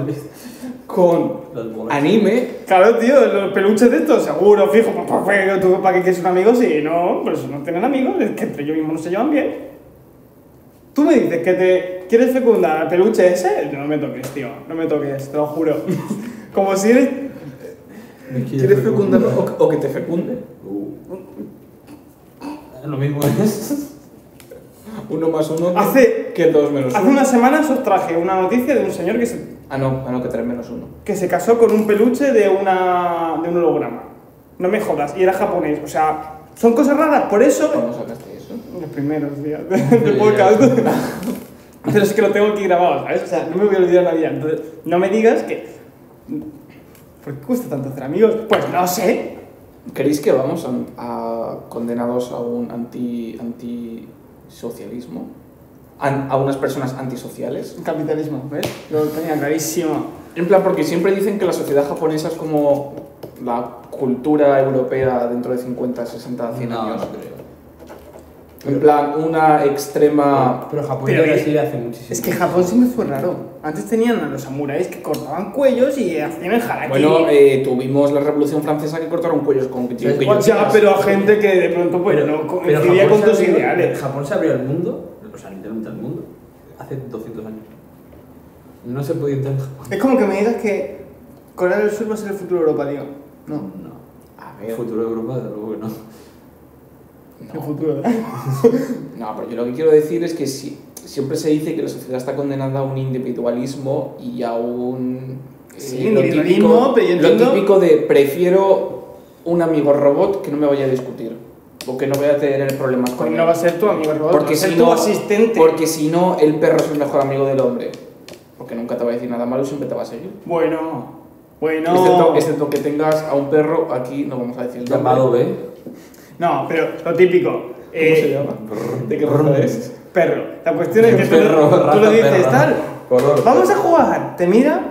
con bolas. anime. Claro, tío, los peluches de estos, seguro, fijo, pues, pa- pa- pa- tú para qué quieres un amigo si no, pues no tienen amigos, es que entre ellos mismos no se llevan bien. Tú me dices que te quieres fecundar al peluche ese, no me toques, tío, no me toques, te lo juro. Como si eres... Me ¿Quieres fecundarlo o, o que te fecunde? Uh. Lo mismo es. Uno más uno que- Hace- que dos menos Hace uno. unas semanas os traje una noticia de un señor que se, Ah, no, ah, no, que tres menos uno. que se casó con un peluche de, una, de un holograma. No me jodas, y era japonés, o sea, son cosas raras, por eso ¿Cómo sacaste eso? Los primeros días de, de podcast. Pero es que lo tengo aquí grabado, ¿sabes? O sea, no me voy a olvidar la vida. Entonces, no me digas que. ¿Por qué cuesta tanto hacer amigos? Pues no sé. ¿Creéis que vamos a, a- condenados a un anti, antisocialismo? An- a unas personas antisociales? Capitalismo, ¿ves? Lo tenía clarísimo. En plan, porque siempre dicen que la sociedad japonesa es como la cultura europea dentro de 50, 60, 100 No, años. no creo. En plan, una extrema... Pero Japón Pero ya es- sí hace muchísimo. Es que Japón siempre fue raro. Antes tenían a los samuráis que cortaban cuellos y hacían el haraki. Bueno, eh, tuvimos la Revolución Francesa que cortaron cuellos con cuchillos. Pero es ya, pero a gente que de pronto pues, no coincidía Japón se con tus abrió- ideales. Japón se abrió al mundo, o sea, literalmente al mundo, hace 200 años. No se podía entrar en Japón. Es como que me digas que Corea del Sur va a ser el futuro de Europa, tío. No. A El ver, futuro de Europa, desde luego que no. El futuro. no, pero yo lo que quiero decir es que sí, siempre se dice que la sociedad está condenada a un individualismo y a un... eh, Sí, individualismo, pero yo lo entiendo- típico de prefiero un amigo robot que no me vaya a discutir o que no voy a tener problemas con Pues él. no va a ser tu amigo robot, va Porque a ser si tu no, asistente. Porque si no, el perro es el mejor amigo del hombre. Porque nunca te va a decir nada malo y siempre te va a seguir. Bueno, Excepto, bueno. excepto que tengas a un perro, aquí no vamos a decir el nombre. Llamado B. No, pero lo típico. ¿Cómo eh, se llama? ¿De qué raza es? Perro. La cuestión es que tú- Perro, tú, raza le dices perra. tal. Color. Vamos a jugar. Te mira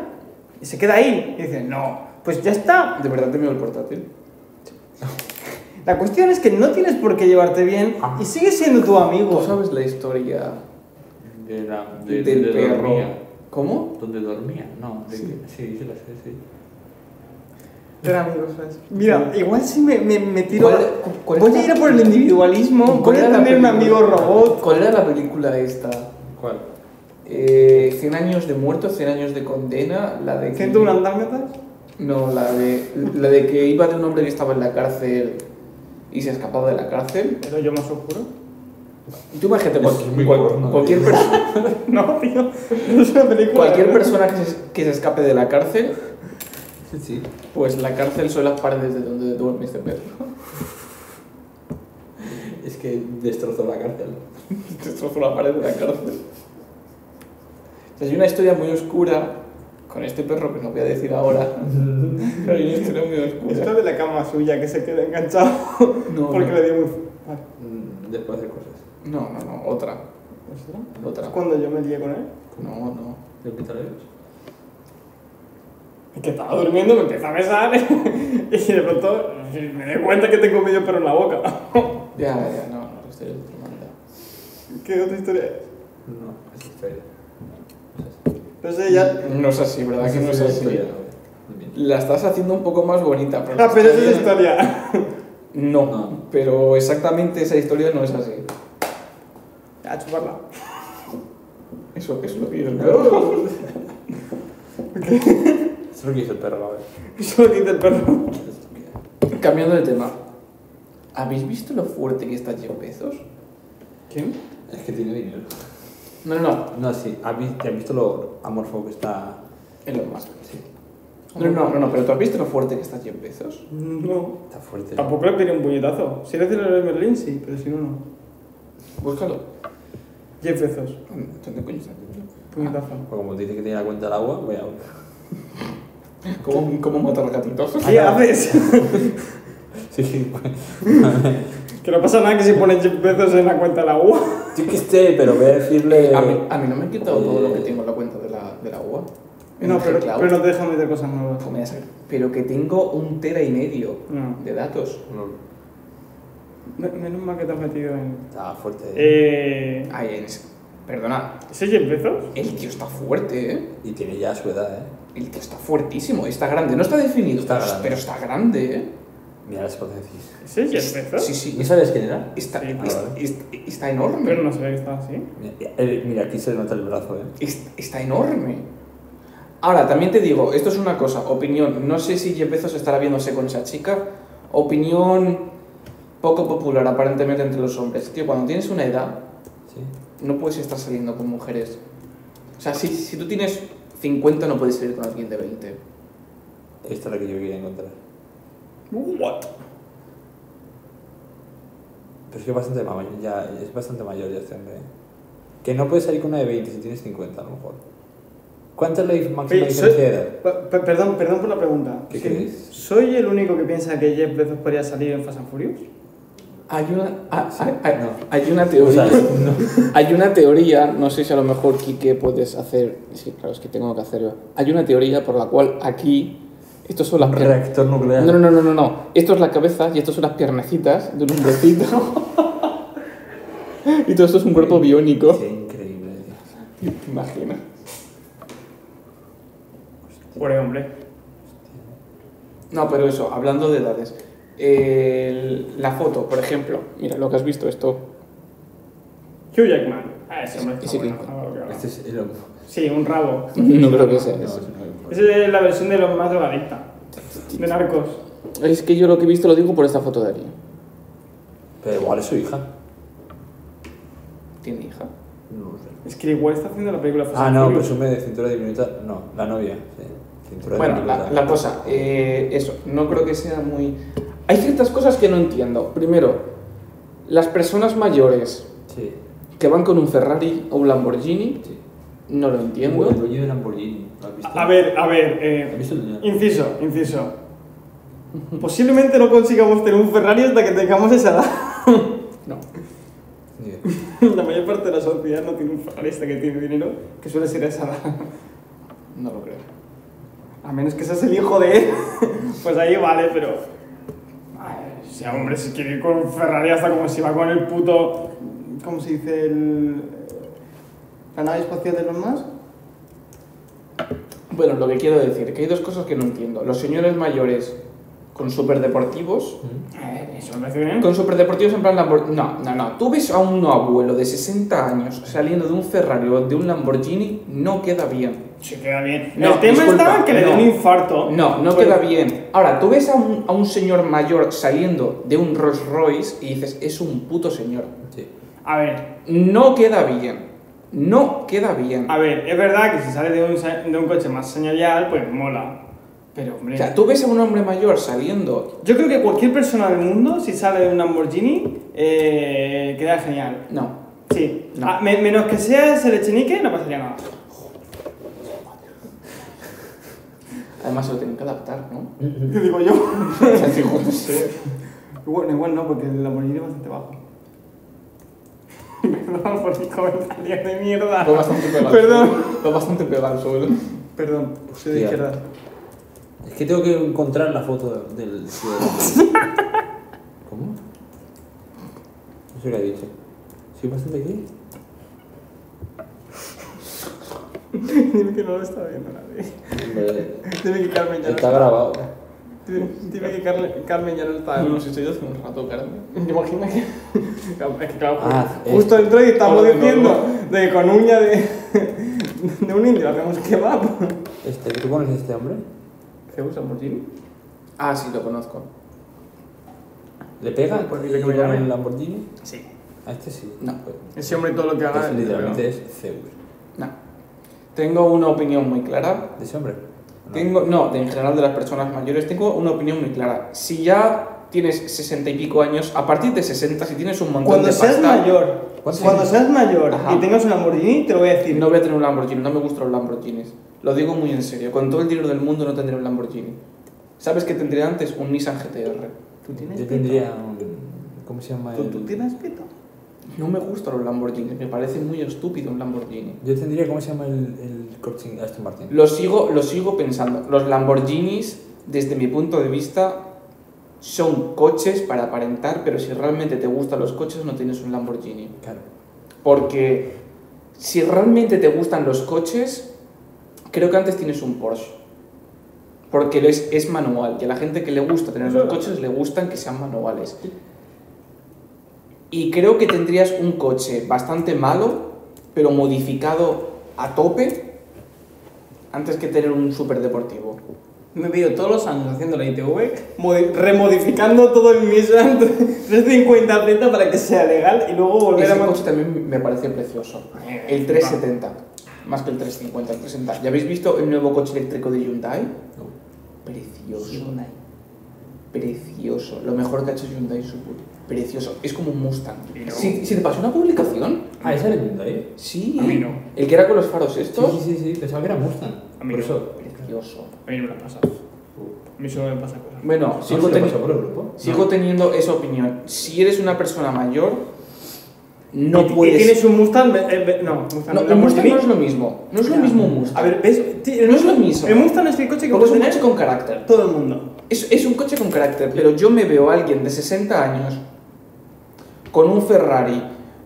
y se queda ahí. Y dice, no, pues ya está. De verdad te miro el portátil. La cuestión es que no tienes por qué llevarte bien y sigues siendo tu ¿Tú amigo. sabes la historia De la, de, del donde perro? dormía. ¿Cómo? ¿Dónde dormía? No, de, Sí. sí. sí, sí, la sé, sí. Eran amigos, ¿sabes? Mira, igual si me, me, me tiro. ¿Cuál- cuál voy es a la ir a por el película? individualismo. Voy era a la tener un película? amigo robot. ¿Cuál era la película esta? ¿Cuál? Eh, 100 años de muertos, 100 años de condena, la de que... ¿Siento un andármeta? No, la de, la de que iba de un hombre que estaba en la cárcel y se escapaba de la cárcel. Pero yo más oscuro. Tú imagínate, Es cual- muy cual- porno, cualquier, perso- No, tío. No es una película. cualquier persona que se, que se escape de la cárcel, Sí, sí. pues la cárcel son las paredes de donde duerme este perro. Es que destrozó la cárcel. Destrozó la pared de la cárcel. O sea, hay una historia muy oscura con este perro que no voy a decir ahora. Mm, Pero hay una historia muy Esto oscura. de la cama suya que se queda enganchado No, porque no. le dio Ah, muy. fu- Vale. Mm, Después de cosas. No, no, no, otra. ¿Nosotros? Otra. Cuando yo me lié con él. No, no. ¿De hospitalarios? Es que estaba durmiendo, me empieza a besar y de pronto me doy cuenta que tengo medio perro en la boca. Ya, ya, no, no, la historia es de otra manera. ¿Qué otra historia es? No, es historia. No sé, ya. No es así, ¿verdad? Que no es así. historia, no, bien. La estás haciendo un poco más bonita. Pero Ah, pero está esa es la bien. historia. Ah. No, No. pero exactamente esa historia no es así. A chuparla. Eso es lo que yo creo. Es lo que hizo el perro, a ver. Solo quita el perro. Cambiando de tema. ¿Habéis visto lo fuerte que está Jeff Bezos? ¿Quién? Es que tiene dinero. No, no, no. No, sí. ¿Has vi- ¿Te has visto lo amorfo que está? Elon Musk. Sí. No, no, no, no, pero ¿tú has visto lo fuerte que está Jeff Bezos? No. Está fuerte. Tampoco le pide un puñetazo. Si le hace el Merlin, sí, pero si no, no. Búscalo. Jeff Bezos. ¿Dónde coño está? Puñetazo. Porque Pues como dice que tiene la cuenta del agua, voy a... ¿Cómo, cómo matar gatitos? ¿Qué haces? Sí, bueno. que no pasa nada que si pones Jeff Bezos en la cuenta de la U. Sí que esté, pero voy a decirle... A mí, a mí no me han quitado todo lo que tengo en la cuenta de la, de la UA. En No, el pero, G-Cloud. pero no te dejan meter cosas nuevas. Pues me voy a saber. Pero que tengo un tera y medio No. de datos. No, Me- Menos mal que te has metido en. Está fuerte. Eh. Ay, en ese- Perdona, ¿Ese Jeff Bezos? el tío está fuerte, ¿eh? Y tiene ya su edad, ¿eh? El tío está fuertísimo, está grande. No está definido, Está pero, grande. pero está grande, ¿eh? Mira las potencias. ¿Ese es Jeff Bezos? Sí, sí. ¿No sabes quién era? Está, Sí, es- claro. es- está enorme. Pero no sabía que estaba así. Mira, eh, mira, aquí se le nota el brazo, ¿eh? Es- está enorme. Ahora, también te digo, esto es una cosa, opinión. No sé si Jeff Bezos estará viéndose con esa chica. Opinión poco popular, aparentemente, entre los hombres. Tío, cuando tienes una edad, Sí. no puedes estar saliendo con mujeres. O sea, si, si tú tienes 50, no puedes salir con alguien de 20. Esta es la que yo quería encontrar. What? Pero es que es bastante mayor, ya, es bastante mayor ya este hombre. ¿eh? Que no puedes salir con una de 20 si tienes 50 a lo mejor. ¿Cuánta es la dif- máxima diferencia de edad? Perdón, perdón por la pregunta. ¿Qué Sí. crees? ¿Soy el único que piensa que Jeff Bezos podría salir en Fast and Furious? Hay una, ah, hay- hay- no. hay una O teoría. sea, no. Hay una teoría, no sé si a lo mejor Quique puedes hacer. Sí, claro, es que tengo que hacerlo. Hay una teoría por la cual aquí. Estos son las piernas. Reactor nuclear. No, no, no, no, no, no. Esto es la cabeza y esto son las piernecitas de un hombrecito. y todo esto es un cuerpo biónico. Qué increíble, tío. ¿Te imaginas? Pobre Pues, hombre. No, pero eso, hablando de edades. El- la foto, por ejemplo. Mira, lo que has visto, esto. Hugh Jackman. Ah, ese hombre Ese está bueno. Clinton. Ah, ok, ok. Este es el hombre. Sí, un rabo. No creo que sea No, eso. es un hombre. Esa es la versión de los más drogadicta. De narcos. Es que yo lo que he visto lo digo por esta foto de aquí. Pero igual es su hija. ¿Tiene hija? No lo sé. Es que igual está haciendo la película pues, Fast Ah, and no, Furious. presume de cintura diminuta. No, la novia. Sí. Cintura Bueno, la, diminuta. la cosa, eh, eso, no creo que sea muy... Hay ciertas cosas que no entiendo. Primero, las personas mayores Sí, que van con un Ferrari o un Lamborghini sí. No lo entiendo. El dueño de Lamborghini. ¿lo has visto? A ver, a ver, ¿Has eh, visto el dueño? inciso, inciso. Posiblemente no consigamos tener un Ferrari hasta que tengamos esa edad. No. Ni idea. La mayor parte de la sociedad no tiene un Ferrari hasta que tiene dinero, que suele ser esa edad. No lo creo. A menos que seas el hijo de él, pues ahí vale, pero. Ay, sí, hombre, si quiere ir con un Ferrari hasta como si va con el puto. ¿Cómo se dice el. la nave espacial de los más? Bueno, lo que quiero decir, que hay dos cosas que no entiendo. Los señores mayores con superdeportivos. Eso me parece bien. Con superdeportivos en plan Lamborghini. No, no, no. Tú ves a un abuelo de 60 años saliendo de un Ferrari o de un Lamborghini, no queda bien. Se queda bien. No, el tema disculpa, estaba que le dé no. un infarto. No, no Pero- queda bien. Ahora, tú ves a un, a un señor mayor saliendo de un Rolls Royce y dices, es un puto señor. Sí. A ver, No queda bien. No queda bien. a ver, es verdad que si sale de un, se- de un coche más señorial, pues mola. Pero, hombre. O sea, tú ves a un hombre mayor saliendo. Yo creo que cualquier persona del mundo, si sale de un Lamborghini, eh, queda genial. No. Sí. No. Ah, me- menos que seas el echenique, no pasaría nada. Además se lo tienen que adaptar, ¿no? ¿Qué digo yo? O sea, digo, no sé. Bueno, igual no, porque el Lamborghini es bastante bajo. Perdón por mi comentario de mierda. Fue bastante pegado. al Perdón. suelo. Fue bastante pegado al suelo. Perdón, soy de Hostia. izquierda. Es que tengo que encontrar la foto del- del. ¿Cómo? No sé qué ha dicho. ¿Soy bastante qué? Dime que no lo está viendo nadie. Hombre, Dime que Carmen ya lo Está grabado. Dime, dime que Carle- Carmen ya no está. Ah, No, si estoy hace un rato, Carmen. ¿Te imaginas que.? Es que claro, Ah, eh. justo entró y estamos Hola, de diciendo nuevo. de que con uña de. de un indio hacemos pues. kebab. Este, ¿Tú conoces a este hombre? ¿Se usa Lamborghini? Ah, sí, lo conozco. ¿Le pega Pues con dile que me llame. el Lamborghini? Sí. A este sí. No. Pues, Ese hombre todo lo que haga. es, literalmente es Zeus. No. Tengo una opinión muy clara. ¿De ese hombre? No. Tengo, no, de en general de las personas mayores, tengo una opinión muy clara. Si ya tienes 60 y pico años, a partir de 60, si tienes un montón Cuando de seas pasta, mayor, ¿Cuántos cuando años? seas mayor Ajá. y tengas un Lamborghini, te lo voy a decir. no voy a tener un Lamborghini, no me gustan los Lamborghinis. Lo digo muy en serio, con todo el dinero del mundo no tendré un Lamborghini. ¿Sabes que tendría antes? Un Nissan GTR. ¿Tú tienes Yo pito? tendría eh, un. ¿Cómo se llama? ¿Tú, el- tú tienes pito? No me gustan los Lamborghinis, me parece muy estúpido un Lamborghini. Yo tendría, ¿cómo se llama el, el Ah, este coaching Aston Martin? Lo sigo, lo sigo pensando. Los Lamborghinis, desde mi punto de vista, son coches para aparentar, pero si realmente te gustan los coches, no tienes un Lamborghini. Claro. Porque si realmente te gustan los coches, creo que antes tienes un Porsche. Porque lo es, es manual. Y a la gente que le gusta tener los coches, le gustan que sean manuales. Y creo que tendrías un coche bastante malo, pero modificado a tope, antes que tener un superdeportivo. Me veo todos los años haciendo la ITV, modi- remodificando todo el Nissan 350 Z para que sea legal y luego volver a Ese man- coche también me parece precioso. Eh, El 370, más que el 350, el 370. ¿Ya habéis visto el nuevo coche eléctrico de Hyundai? No. Precioso. Precioso. Lo mejor que ha hecho Hyundai Subaru. Precioso. Es como un Mustang. Y no. Si, si te pasó una publicación. Ah, esa era ¿eh? Hyundai. Sí. A mí no. El que era con los faros estos. Sí, sí, sí, sí, pensaba que era Mustang. A mí Por no. eso. Precioso. A mí no me la pasa. A mí solo me pasa cosas. Bueno, No, sigo, se lo teni- pasó por el grupo. sigo teniendo esa opinión. Si eres una persona mayor, no ¿Y- y puedes. tienes un Mustang? eh, eh, no, Mustang, No, un Mustang Lamborghini. no es lo mismo. No es lo mismo un Mustang. A ver, ¿ves? Ti- No es lo mismo. El Mustang es el coche que Porque es puede un tener coche con carácter. todo el mundo. Es, es un coche con carácter, pero yo me veo a alguien de 60 años con un Ferrari,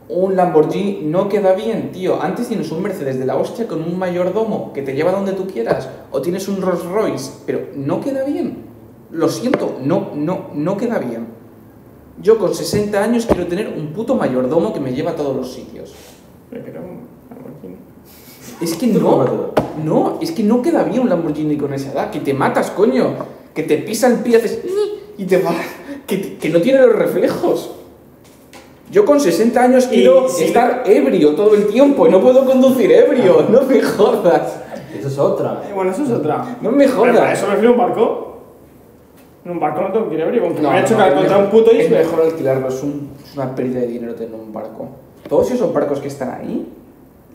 un Lamborghini, no queda bien, tío. Antes tienes un Mercedes de la hostia con un mayordomo que te lleva donde tú quieras, o tienes un Rolls Royce, pero no queda bien. Lo siento, no, no, no queda bien. Yo con 60 años quiero tener un puto mayordomo que me lleva a todos los sitios. Me queda un Lamborghini. Es que Tú no, cómpratelo. no, es que no queda bien un Lamborghini con esa edad, que te matas, coño, que te pisa el pie, haces y te vas, que, que no tiene los reflejos. Yo con 60 años quiero sí. estar ebrio todo el tiempo y no puedo conducir ebrio, Ah. no me jodas, Eso es otra. Eh, Bueno, eso es otra. no me Pero para jodas. eso prefiero un barco. En un barco no tengo que ir ebrio, aunque me voy a no, chocar es contra mejor- un puto y Es se- mejor alquilarlo, es, un- es una pérdida de dinero tener un barco. Todos esos barcos que están ahí,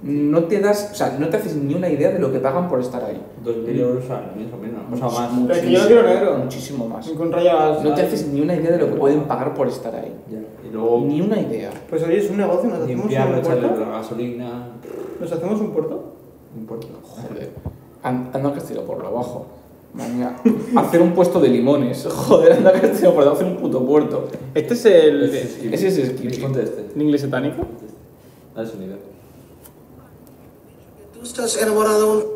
no te das, o sea, no te haces ni una idea de lo que pagan por estar ahí. 2.000 euros al mes o menos. O sea, más. Muchísimo- Pero que yo no quiero negro. Muchísimo más. Con rayas. No te haces ni una idea de lo que pueden pagar por estar ahí. Ya. Y luego Ni una idea. Pues oye, es un negocio, nos hacemos limpiarlo, un echarle la puerto. gasolina. Nos hacemos un puerto. No importa. Joder. an- Anda que has tirado por lo abajo. Madre mía. Hacer un puesto de limones. Joder, anda que has tirado por lo abajo. Hacer un puto puerto. Eh, Este es el. Ese es Y esquí. ponte este. ¿El inglés satánico? Dale sonido. Tú estás enamorado de un...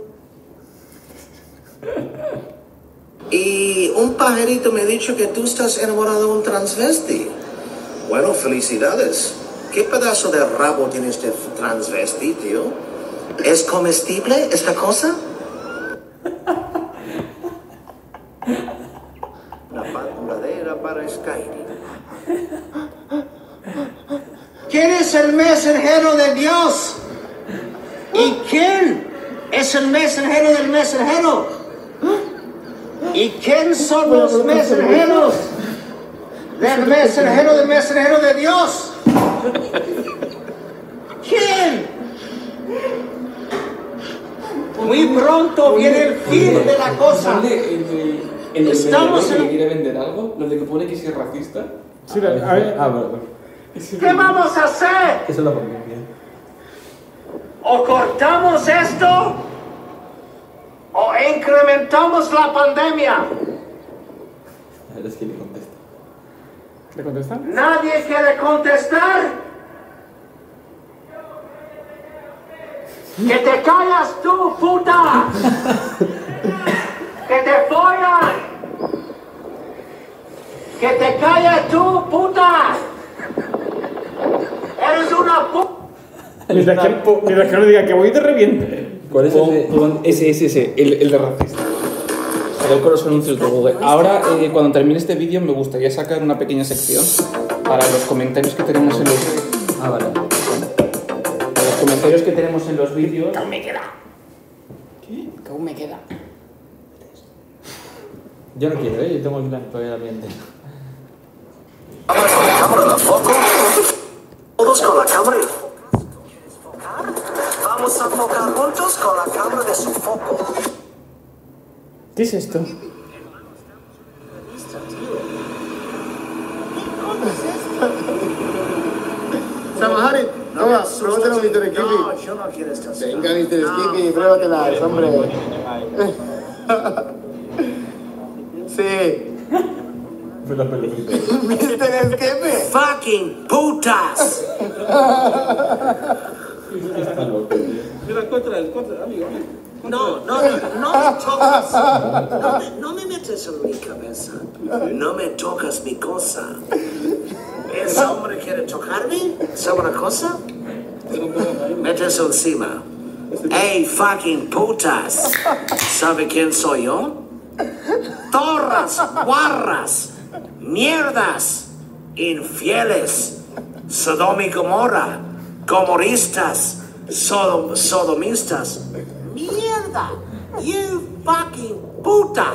Y un pajarito me ha dicho que tú estás enamorado de un transvesti. Bueno, felicidades. ¿Qué pedazo de rabo tiene este transvesti, tío? ¿Es comestible esta cosa? La madera para Skyrim. ¿Quién es el mensajero de Dios? ¿Y quién es el mensajero del mensajero? ¿Y quién son los mensajeros del mensajero del mensajero de Dios? ¿Quién? Muy pronto viene el fin de la cosa. el Estamos vendedor en- quiere vender algo? ¿Lo de que pone que si es racista? Sí, la- a ver. Ah, bueno, bueno. ¿Qué vamos a hacer? Eso lo pongo bien. o cortamos esto o incrementamos la pandemia. A ver, es que le contesta. ¿Le contestan? Nadie quiere contestar. Que te callas tú, puta. Que te follan. Que te calles tú, puta. Eres una puta. Mientras que, mientras que no diga que voy y te reviente. ¿Cuál es Pon- ese? pon ese, ese, ese, el, el de racista. Joder, con los anuncios de Google. Ahora, eh, cuando termine este vídeo, me gustaría sacar una pequeña sección para los comentarios que tenemos en los, Ah, vale. para los comentarios que tenemos en los vídeos. Que aún me queda. Yo no quiero, ¿eh? Yo tengo aquí la, todavía la mente. Cámara con la cámara, la foco. Todos con la cámara y el foco. Vamos a focar juntos con la cámara de su foco. ¿Qué es esto? Samahari, no, pruébate la Mr. No, Kipi. yo no quiero estar Venga, Mr. Kipi, pruébatela, hombre. Sí. Fue la película. Mr. Kipi. Fucking putas. Está loco, tío. No, no, no me tocas. No me, no me metes en mi cabeza. No me tocas mi cosa. ¿Ese hombre quiere tocarme? ¿Sabe una cosa? Metes encima. Hey, fucking putas. ¿Sabe quién soy yo? Torras, guarras, mierdas, infieles, Sodom y Gomorra, comoristas, sodom- sodomistas. Mierda, you fucking puta.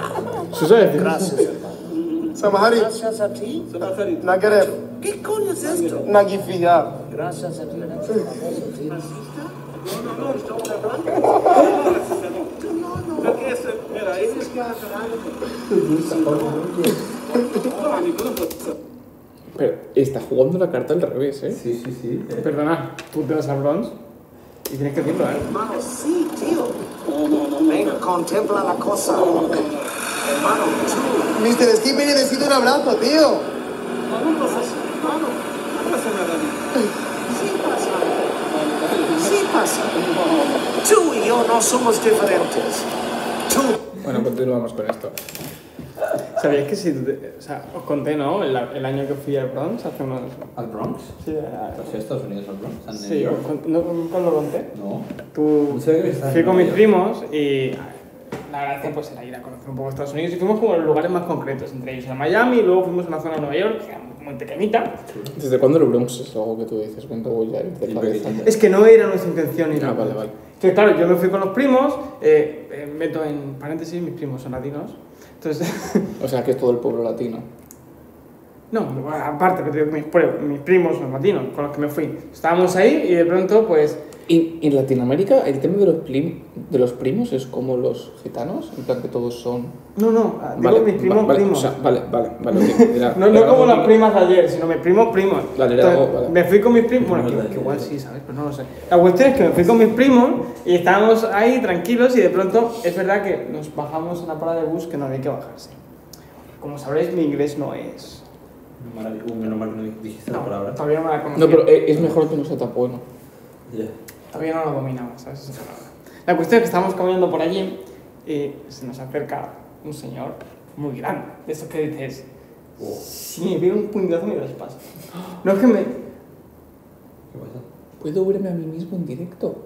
¿Se sabe? Gracias, hermano. Samahari, Gracias a ti. Nagaref, ¿Qué coño es esto? Nagifiya. Gracias a ti. Gracias a ti. Pero está jugando la carta al revés, ¿eh? Sí, sí, sí. Perdona, tú te vas al Bronx y tienes que decirlo, ¿eh? Hermano, sí, tío. Venga, contempla la cosa. Hermano, tú. Mr. Skippy necesita un abrazo, tío. Sí pasa. Sí pasa. Tú y yo no somos diferentes. Tú. Bueno, continuamos con esto. ¿Sabías que si tú te- O sea, os conté, ¿no? El, el año que fui al Bronx hace unos. ¿Al Bronx? Sí, a- ¿Hacia Estados Unidos al Bronx? ¿A New sí os York? con- no, nunca os lo conté. No. Tú, No sé qué está en fui con Nueva mis York. primos y la gracia pues era ir a conocer un poco Estados Unidos y fuimos como a los lugares más concretos, entre ellos a Miami y luego fuimos a una zona de Nueva York que era muy pequeñita. ¿Desde cuándo el Bronx es algo que tú dices? ¿Cuánto voy a ir de Sí, cabeza? pequeñito. Es que no era nuestra intención ir Ah, a- vale, vale. Entonces, claro, yo me fui con los primos, eh, eh, meto en paréntesis, mis primos son latinos. Entonces, O sea, que es todo el pueblo latino. No, bueno, aparte, que tengo mis, pruebas, mis primos los latinos con los que me fui. Estábamos ahí y de pronto, pues, Y en Latinoamérica el tema de los, plim- de los primos es como los gitanos, en plan que todos son... No, no, digo mis primos va- vale, primos. o sea, vale, vale, vale. ok, era- no era no como algo- las primas de ayer, sino mis primos primos. Vale, era Entonces, algo- vale. Me fui con mis primos, bueno, Primos de que, que ayer. igual sí, ¿sabes? Pero no lo sé. La cuestión es que me fui con mis primos y estábamos ahí tranquilos y de pronto es verdad que nos bajamos en la parada de bus que no había que bajarse. Como sabréis, mi inglés no es... Maravilloso, menos mal que no dijiste No, la palabra. todavía no la conocía. No, pero e- es mejor que no sea tan bueno. Ya. Todavía no lo dominamos, ¿sabes? Esa palabra. La cuestión es que estábamos caminando por allí y se nos acerca un señor muy grande. De esos que dices, Oh, si me pega un puñetazo me las paso. No es que me... ¿Qué pasa? ¿Puedo verme a mí mismo en directo?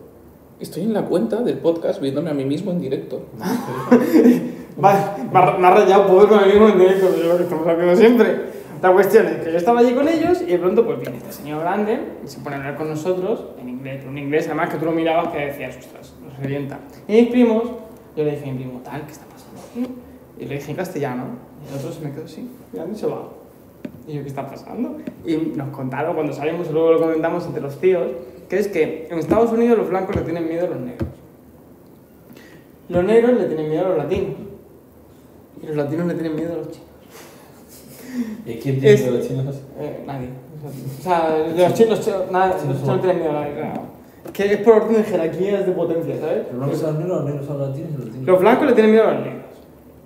Estoy en la cuenta del podcast viéndome a mí mismo en directo. Va- me ha me ha rayado poder con el mismo en directo, pero yo que estamos haciendo siempre. La cuestión es que yo estaba allí con ellos y de pronto pues viene este señor grande y se pone a hablar con nosotros en inglés, pero un inglés además que tú lo mirabas que decías, ostras, nos revienta. Y mis primos, yo le dije a mi primo, tal, ¿qué está pasando aquí? Y le dije en castellano, y el otro se me quedó así, mirando y se va. Y yo, ¿qué está pasando? Y nos contaron cuando salimos, y luego lo comentamos entre los tíos, que es que en Estados Unidos los blancos le tienen miedo a los negros. Los negros le tienen miedo a los latinos. Y los latinos le tienen miedo a los chinos. ¿Y quién tiene Es- miedo a los chinos? Eh, nadie. O sea, los chinos, chi- nada, Chinos no son- tienen miedo a nadie. claro. Que es por orden de jerarquías de potencia, ¿sabes? Los blancos son los negros, los negros son los latinos y los latinos. Los blancos le tienen miedo a los negros.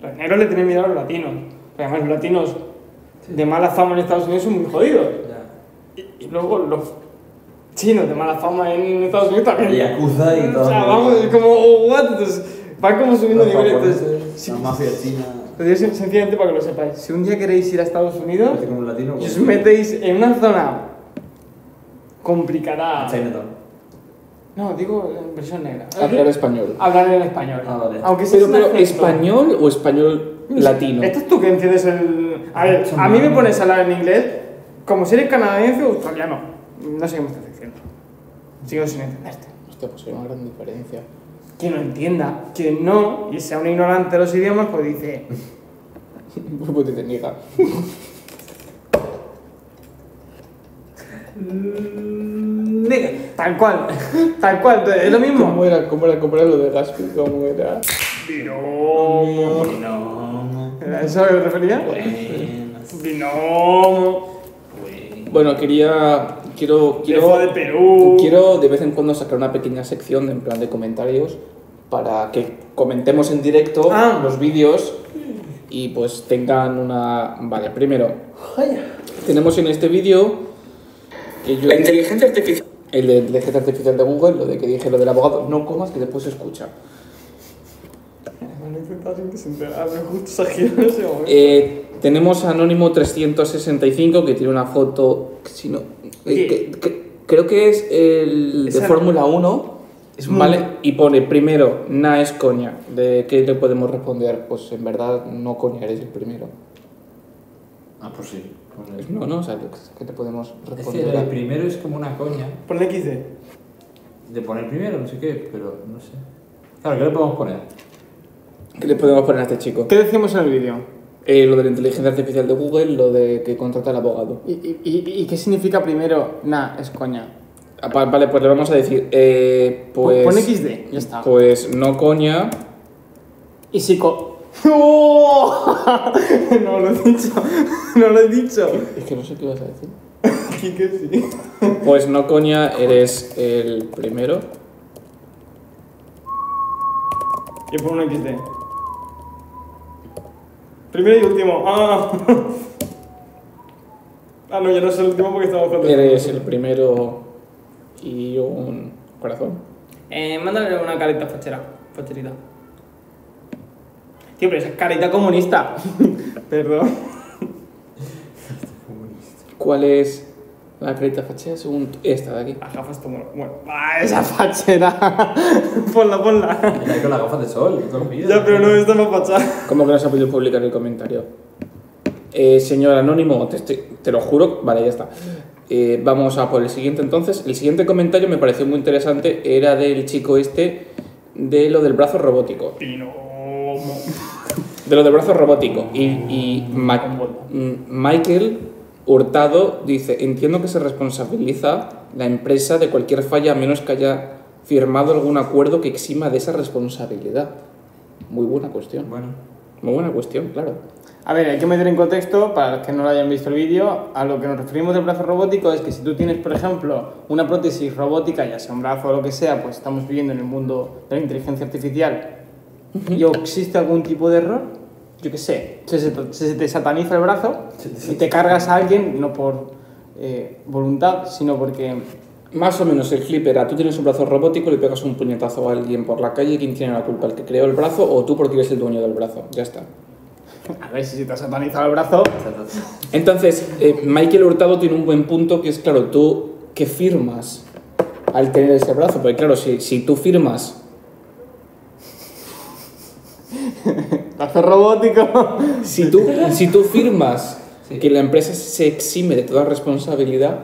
Los negros le tienen miedo a los latinos. Porque además, los latinos de mala fama en Estados Unidos son muy jodidos. Ya. Y, y luego los chinos de mala fama en Estados Unidos también. El yakuza y todo. O sea, vamos, es como, oh, what? Entonces, van como subiendo Los niveles. japoneses, Entonces, sí, La mafia china. Lo digo sen- sencillamente para que lo sepáis. Si un día queréis ir a Estados Unidos Parece como un latino. y pues, os metéis en una zona complicada. Ah, Chinatown. No, digo en versión negra. Hablar español. Hablar en español. Ah, vale. ¿Ah, Aunque sea Pero, un pero, acento. ¿español o español latino? Esto es tú que entiendes el. A ver, Son a mí me muy- pones a hablar en inglés como si eres canadiense o australiano. No sé qué me estás diciendo. Sigo sin entenderte. Hostia, pues hay una gran diferencia. Quien lo entienda, quien no, y sea un ignorante de los idiomas, pues dice. Pues te niega. Nega. "Mm, Tal cual. Tal cual. entonces, Es lo mismo. ¿Cómo era, cómo era, cómo era lo de Gaspi? ¿Cómo era? Binomo. No. ¿Era eso a lo que me refería? Bueno. Binomo. Bueno, quería. Quiero. Lefo de quiero Perú. Quiero de vez en cuando sacar una pequeña sección en plan de comentarios para que comentemos en directo Ah. los vídeos y pues tengan una... Vale, primero, tenemos en este vídeo que yo... inteligencia artificial. El de inteligencia artificial de Google, lo de que dije, lo del abogado, no comas que después se escucha. Me lo he intentado sin que se enterara, justo se ha girado en ese momento. Eh, tenemos a Anónimo 365 que tiene una foto, que si no, eh, que- que- creo que es el Es de el- Fórmula 1, ¿vale? Y pone primero, na es coña, de qué le podemos responder, pues en verdad no coña, eres el primero. Ah, pues sí. pues sí. No, no, o sea, ¿qué te podemos Este Es que responder? el primero es como una coña Ponle XD. de poner primero, no sé qué, pero no sé. Claro, ¿qué le podemos poner? ¿Qué le podemos poner a este chico? ¿Qué decimos en el vídeo? Eh, lo de la inteligencia artificial de Google, lo de que contrata al abogado. ¿Y, y, y- y qué significa primero? Nah, es coña. Ah, va- Vale, pues le vamos a decir, eh, pues... Pon XD, ya está. Pues no coña, Y psico. ¡Oh! no lo he dicho. No lo he dicho. es que no sé qué ibas a decir. Aquí que sí. Pues no coña, eres el primero. Y pon un XD. Primero y último. Ah, ah no, ya no es el último porque estamos con Eres el primero y un corazón. Eh, mándale una carita fachera. Facherita. Tío, pero esa es carita comunista. Perdón. ¿Cuál es la carita fachera según tú? esta de aquí? Las gafas tomo. Bueno, ah, esa fachera. ponla, ponla. Ya con las gafas de sol, todo el día. Ya, pero no, esta no es fachada. ¿Cómo que no se ha podido publicar el comentario? Eh, señor anónimo, te, estoy- te lo juro, vale, ya está. Eh, vamos a por el siguiente entonces. El siguiente comentario me pareció muy interesante, era del chico este de lo del brazo robótico. Pinomo. De lo del brazo robótico. Y, y Ma- mm, Michael Hurtado dice, entiendo que se responsabiliza la empresa de cualquier falla a menos que haya firmado algún acuerdo que exima de esa responsabilidad. Muy buena cuestión. Bueno, Muy buena cuestión, claro. A ver, hay que meter en contexto, para los que no lo hayan visto el vídeo, a lo que nos referimos del brazo robótico es que si tú tienes, por ejemplo, una prótesis robótica, ya sea un brazo o lo que sea, pues estamos viviendo en el mundo de la inteligencia artificial y o existe algún tipo de error, yo qué sé, se, se- se te sataniza el brazo y te cargas a alguien, no por eh, voluntad, sino porque... Más o menos el clip era, tú tienes un brazo robótico, le pegas un puñetazo a alguien por la calle, ¿quién tiene la culpa? ¿El que creó el brazo o tú porque eres el dueño del brazo? Ya está. A ver, si se te ha satanizado el brazo, Entonces, eh, Michael Hurtado tiene un buen punto que es, claro, tú que firmas al tener ese brazo, porque claro, si, si tú firmas, brazo robótico... si tú, si tú firmas que la empresa se exime de toda responsabilidad,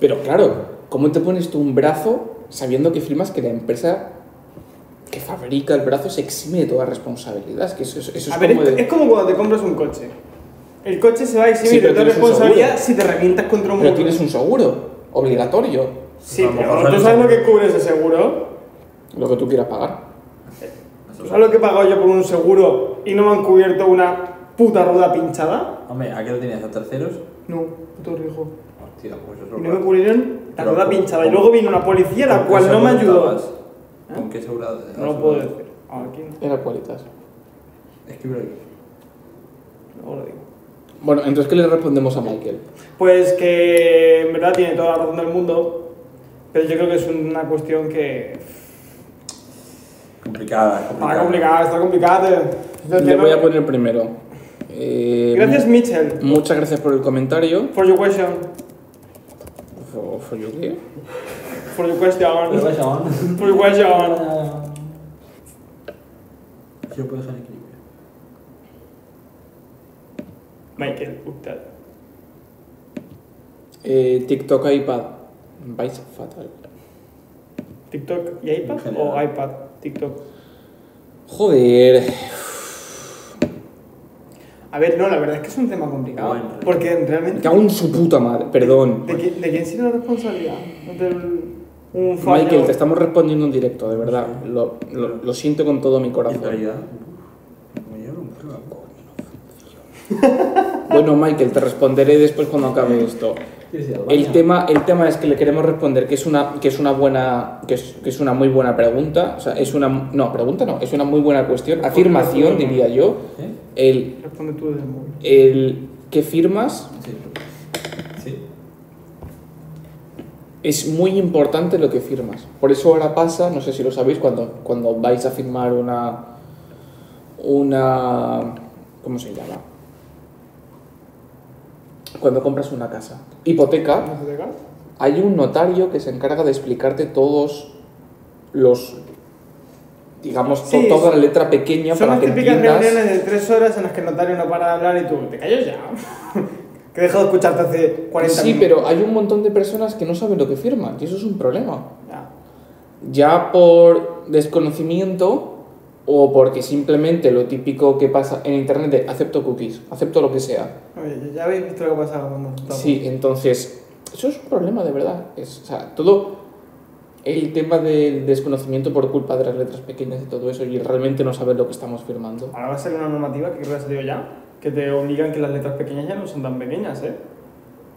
pero claro, ¿cómo te pones tú un brazo sabiendo que firmas que la empresa que fabrica el brazo se exime de toda responsabilidad? Es que eso, eso- eso es A ver, como es, de- es como cuando te compras un coche. El coche se va a Sí, eximir pero de toda tienes un responsabilidad seguro. si te revientas contra un Pero muro. tienes un seguro obligatorio, Sí, A lo pero mejor tú no sabes sé. lo que cubre ese seguro. lo que tú quieras pagar. ¿Tú sabes lo que he pagado yo por un seguro y no me han cubierto una puta rueda pinchada? hombre, ¿a qué lo tenías? ¿A terceros? No, puto riesgo. Hostia, pues eso Y es no me raro. cubrieron la Pero rueda ¿cómo- pinchada. Y cómo- luego vino la policía, la ¿Con cual qué no me seguro ayudó. ¿Eh? estabas? ¿Con qué asegurado? No lo puedo decir. Ah, Aquí no. Era cualitas. Es que, pero- Luego lo digo. Bueno, entonces, ¿qué le respondemos a Michael? Pues que en verdad tiene toda la razón del mundo, pero yo creo que es una cuestión que complicada, está complicada. Ah, complicada, está complicada. te- te- Le voy a poner primero. Eh, Gracias, Mitchell, Muchas gracias por el comentario. for your question. For- for you, ¿qué? For your question. Pero vaya, For your question. ¿no? Yo puedo dejar equilibrio. Michael, Hurtado. Eh, TikTok, iPad. Vais fatal. TikTok y iPad En o general. iPad, TikTok. Joder. A ver, no, la verdad es que es un tema complicado. Bueno. porque Me realmente. cago en su puta madre. Perdón. ¿de, qui- de quién sería la responsabilidad? Del, un fallo. Michael, te estamos respondiendo en directo, de verdad. Lo, lo- lo siento con todo mi ¿Y corazón. calidad? Como yo nunca me acuerdo. Bueno, Michael, te responderé después cuando acabe esto. El ¿Eh? tema, el tema es que le queremos responder que es una, que es una buena, que es, que es una muy buena pregunta, o sea, es una, no, pregunta no, es una muy buena cuestión, afirmación diría yo, ¿Eh? el, Responde tú desde el móvil. el que firmas Sí. Sí. es muy importante lo que firmas. Por eso ahora pasa, no sé si lo sabéis, cuando, cuando vais a firmar una, una, ¿cómo se llama? Cuando compras una casa, hipoteca, ¿No se te cae? hay un notario que se encarga de explicarte todos los digamos to- Sí, toda son- la letra pequeña Son para las que típicas entiendas reuniones de tres horas en las que el notario no para de hablar y tú, te callas ya. que he dejado de escucharte hace 40 sí minutos. pero hay un montón de personas que no saben lo que firman y eso es un problema Ya. ya por desconocimiento o porque simplemente lo típico que pasa en internet de acepto cookies acepto lo que sea Oye, ya habéis visto lo que pasaba cuando estaba. Sí, entonces, eso es un problema de verdad. Es, o sea, todo el tema del desconocimiento por culpa de las letras pequeñas y todo eso, y el realmente no saber lo que estamos firmando. Ahora va a salir una normativa que creo que ha salido ya, que te obligan que las letras pequeñas ya no son tan pequeñas, ¿eh?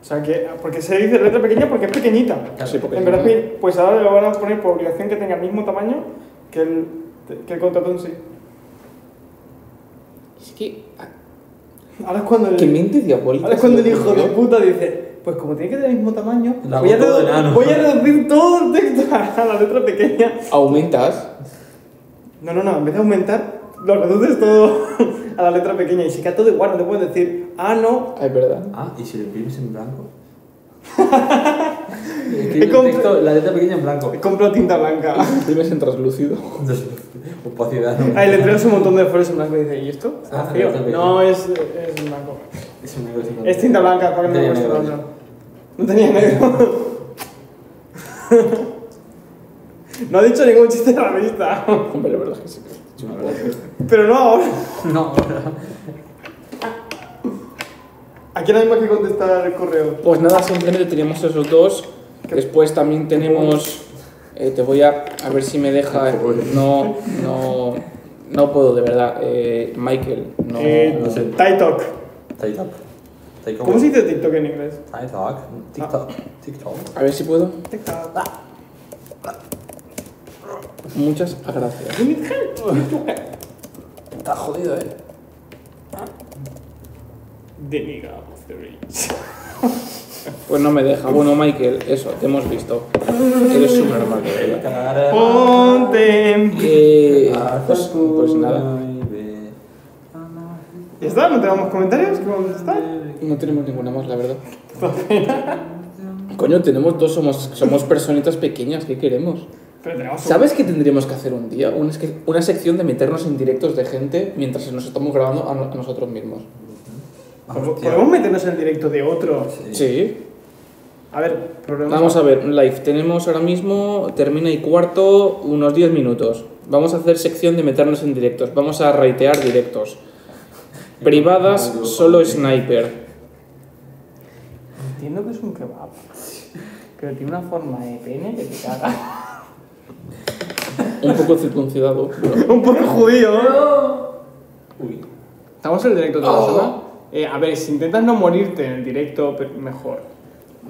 O sea, que, porque se dice letra pequeña porque es pequeñita. Sí, porque- En verdad, pues ahora le van a poner por obligación que tenga el mismo tamaño que el, que el contrato en sí. Es que, Ahora es cuando que el, mente diabólica. ahora es cuando el se le hijo de ocurrió. puta dice, pues como tiene que tener el mismo tamaño, La voy a, hago todo redu- enano". voy a reducir todo el texto a la letra pequeña. Aumentas. No, no, no, en vez de aumentar, lo reduces todo a la letra pequeña y se queda todo igual, no te puedes decir, ah, no, Ah, es verdad. Ah, ¿y si lo imprimes en blanco? He comp- el texto, la letra pequeña en blanco. compro tinta blanca. Imprimes en translúcido. Opacidad. Ahí le traes un montón de flores en blanco y dice, ¿y esto? Ah, Está feo. está bien. No, es, es en blanco. Es un negro sin Es tinta blanca, para que no Tenía cueste negro. tanto. No tenía negro. No ha dicho ningún chiste racista. Hombre, la verdad es que sí. Pero no ahora. No, Aquí quién hay más que contestar el correo? Pues nada, simplemente teníamos esos dos. Después también tenemos. eh, te voy a. A ver si me deja. eh, No, no. No puedo, de verdad. Eh, Michael, no. eh, no sé. TikTok. TikTok. TikTok. ¿Cómo Ah. se dice TikTok en inglés? TikTok. TikTok. TikTok. A ver si puedo. TikTok. Ah, Muchas gracias. Está jodido, eh. The nigga of the rich. Pues no me deja. Bueno, Michael, eso, te hemos visto. Eres un normal, de verdad. Cara. Oh. Ponte en- Eh, pues, pues nada, ¿Ya está? ¿No tenemos comentarios? ¿Qué vamos a contestar? no tenemos ninguna más, la verdad. Coño, tenemos dos, somos, somos personitas pequeñas, ¿qué queremos? Pero tenemos un- ¿Sabes qué tendríamos que hacer un día? Una, es que- una sección de meternos en directos de gente mientras nos estamos grabando a, no- a nosotros mismos. ¿Pod- ¿Podemos meternos en el directo de otro? Sí. A ver, problemas. Vamos a ver, live. Tenemos ahora mismo, termina y cuarto, unos 10 minutos. Vamos a hacer sección de meternos en directos. Vamos a raitear directos. Privadas, solo sniper. Entiendo que es un kebab. Pero tiene una forma de pene que te caga. Un poco circuncidado. un poco judío. Uy. Estamos en el directo toda la semana. Eh, a ver, si intentas no morirte en el directo, pe- mejor.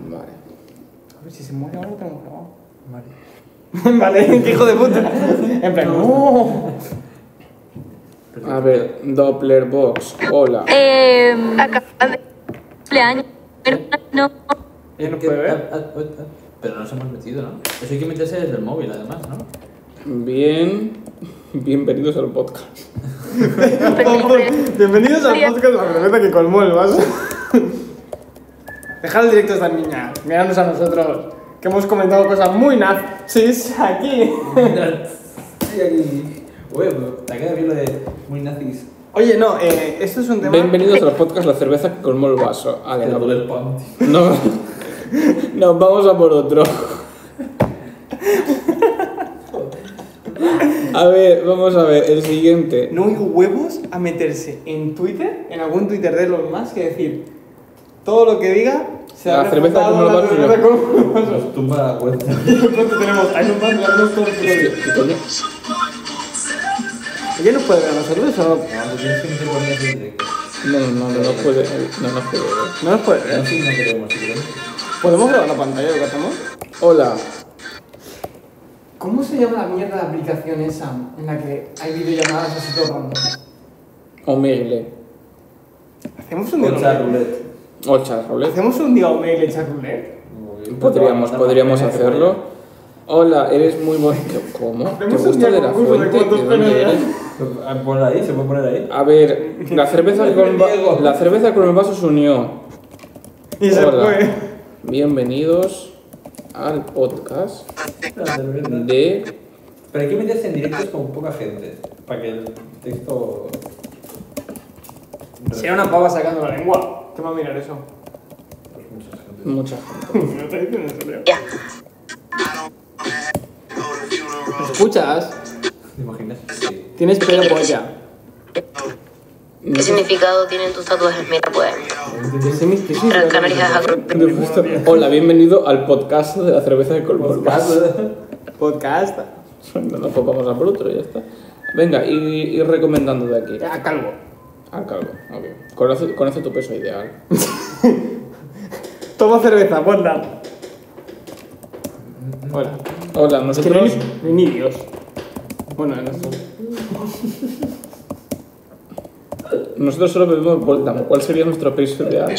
Vale. A ver, si se muere ahora, tenemos grabado. Vale. vale, qué hijo de puta. En plan, no. A ver, Doppler Box. Hola. Eh, acaba de cumpleaños. No, Ya no ah, puede ver. Pero nos hemos metido, ¿no? Eso hay que meterse desde el móvil, además, ¿no? Bien. Bienvenidos al podcast. Bienvenidos al podcast La Planeta que colmó el vaso. Dejad el directo a esta niña. Miradnos a nosotros. Que hemos comentado cosas muy nazis aquí. Uy, pero te queda bien lo de muy nazis. Oye, no, eh, esto es un tema. Bienvenidos al podcast La cerveza que colmó el vaso. Ale, El no, del pan. no. Nos vamos a por otro. A ver, vamos a ver, el siguiente. No hay huevos a meterse en Twitter, en algún Twitter de los más, que decir todo lo que diga se La habrá cerveza juntado con la olor cerveza suyo. con- Nos tumba la cuenta. ¿Cuánto tenemos? Hay un montón de alumnos con- ¿Qué coño? ¿Ella nos puede ver a nosotros o no? No, tú tienes que meter por ahí en directo. No, no, no, no nos puede. No nos puede ver. No nos puede No ver. sé si no queremos, si queremos. ¿Podemos grabar la pantalla lo que hacemos? Hola. ¿Cómo se llama la mierda de aplicación esa en la que hay videollamadas así todo random? Omegle. ¿Hacemos un día Concha Omegle? roulette. O charrolet. ¿Hacemos un día Omegle y charroulette? Podríamos, podríamos hacerlo. Hola, eres muy bonito. ¿Cómo? ¿Te Hacemos un gusta día de la concurso de fuente? cuántos ¿De dónde pelos eres? Ah, Ponlo ahí, se puede poner ahí. A ver, la cerveza, con el va- la cerveza con el vaso se unió. Y se Hola. fue. Bienvenidos al podcast de... Pero hay que meterse en directos con poca gente. Para que el texto. Si era una pava sacando la lengua. ¿Qué va a mirar eso? Mucha gente. No está diciendo eso, Leo. ya. ¿Escuchas? ¿Te imaginas? Sí. Tienes pelo polla. ¿Qué significado tienen tus tatuajes? Mira, pues. Canarias De puesto- ¿eh? Hola, bienvenido al podcast de la cerveza de Colmón. Podcast. No nos vamos a por otro, ya está. Venga, y, y recomendando de aquí. Ya, calvo. Al calvo, ok. Conoce, conoce tu peso ideal. Toma cerveza, ponla. Hola. Hola, Que no nosotros... hay ni- ni Dios. Bueno, no sé. Nosotros solo bebemos Voltam. ¿Cuál sería nuestro peso ideal?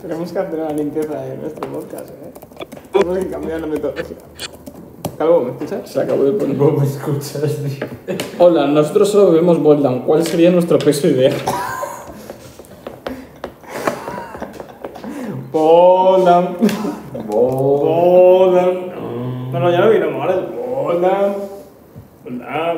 Tenemos que hacer una limpieza de nuestro podcast, ¿eh? Tenemos que cambiar la metodología. Calvo, ¿me escuchas? Se acabó de poner. ¿Cómo me escuchas, tío? Hola, nosotros solo bebemos Voltam. ¿Cuál sería nuestro peso ideal? Bolam. Bolam. No, no, ya lo miramos ahora. es Bolam. Bolam.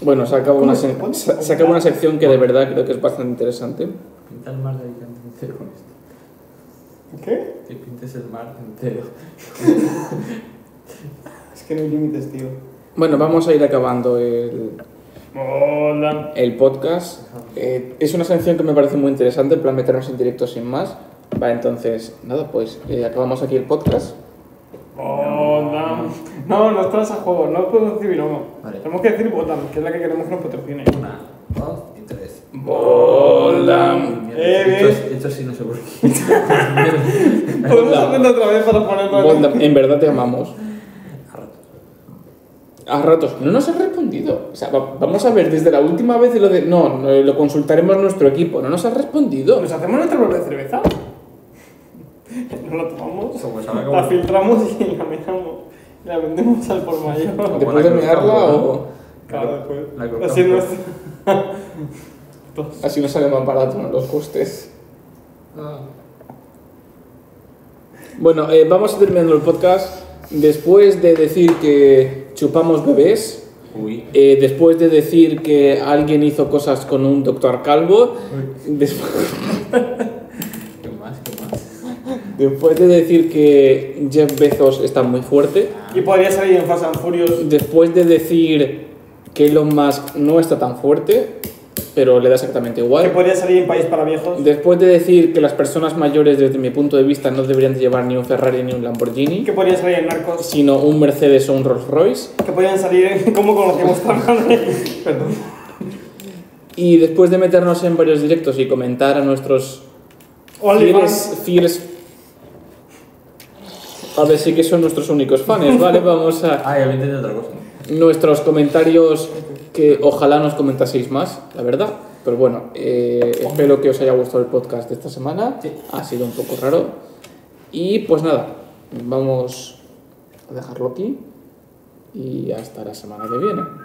Bueno, se acaba, una se, se- se acaba una sección que de verdad creo que es bastante interesante. Pinta el mar de Alicante entero con esto. ¿Qué? Que pintes el mar entero. Es que no hay límites, tío. Bueno, vamos a ir acabando el, Hola. el podcast. eh, es una sección que me parece muy interesante, en plan meternos en directo sin más. Vale, entonces, nada, pues eh, acabamos aquí el podcast. Botan. No, no estás a juego, no podemos decir binomio. Vale. Tenemos que decir Botan, que es la que queremos que nos patrocine. Una, dos y tres. Hola. Eh, bien. Esto, esto sí no sé por qué. Podemos hacerlo otra vez para ponerlo en- Wanda, en verdad te amamos. A ratos. No nos has respondido. O sea, va- vamos a ver, desde la última vez de lo de... No, no, lo consultaremos nuestro equipo. No nos has respondido. ¿Nos Pues hacemos nuestra propia cerveza? Nos la tomamos, Como pues, sabe la cómo- filtramos y la miramos. Y la vendemos al por mayor. Después de mirarla o... Claro, después. la colocamos. Así es nuestra. Dos. Así nos sale más barato ¿no? los costes. Ah. Bueno, eh, vamos terminando el podcast. Después de decir que chupamos bebés, Uy. eh, después de decir que alguien hizo cosas con un doctor calvo, después, ¿Qué más? ¿Qué más? después de decir que Jeff Bezos está muy fuerte, Ah. Y podría salir en Fast and Furious. después de decir que Elon Musk no está tan fuerte, pero le da exactamente Que igual. podría salir en País para Viejos. Después de decir que las personas mayores, desde mi punto de vista, no deberían de llevar ni un Ferrari ni un Lamborghini, Que podría salir en Narcos. sino un Mercedes o un Rolls Royce. Que podrían salir en cómo conocemos a Madre. Perdón. Y después de meternos en varios directos y comentar a nuestros OnlyFans. fieles, fieles... A ver, sí que son nuestros únicos fans, ¿vale? Vamos a... Ah, ya me entendí otra cosa. Nuestros comentarios que ojalá nos comentaseis más, la verdad. Pero bueno, eh, espero que os haya gustado el podcast de esta semana. Ha sido un poco raro. Y pues nada, vamos a dejarlo aquí y hasta la semana que viene.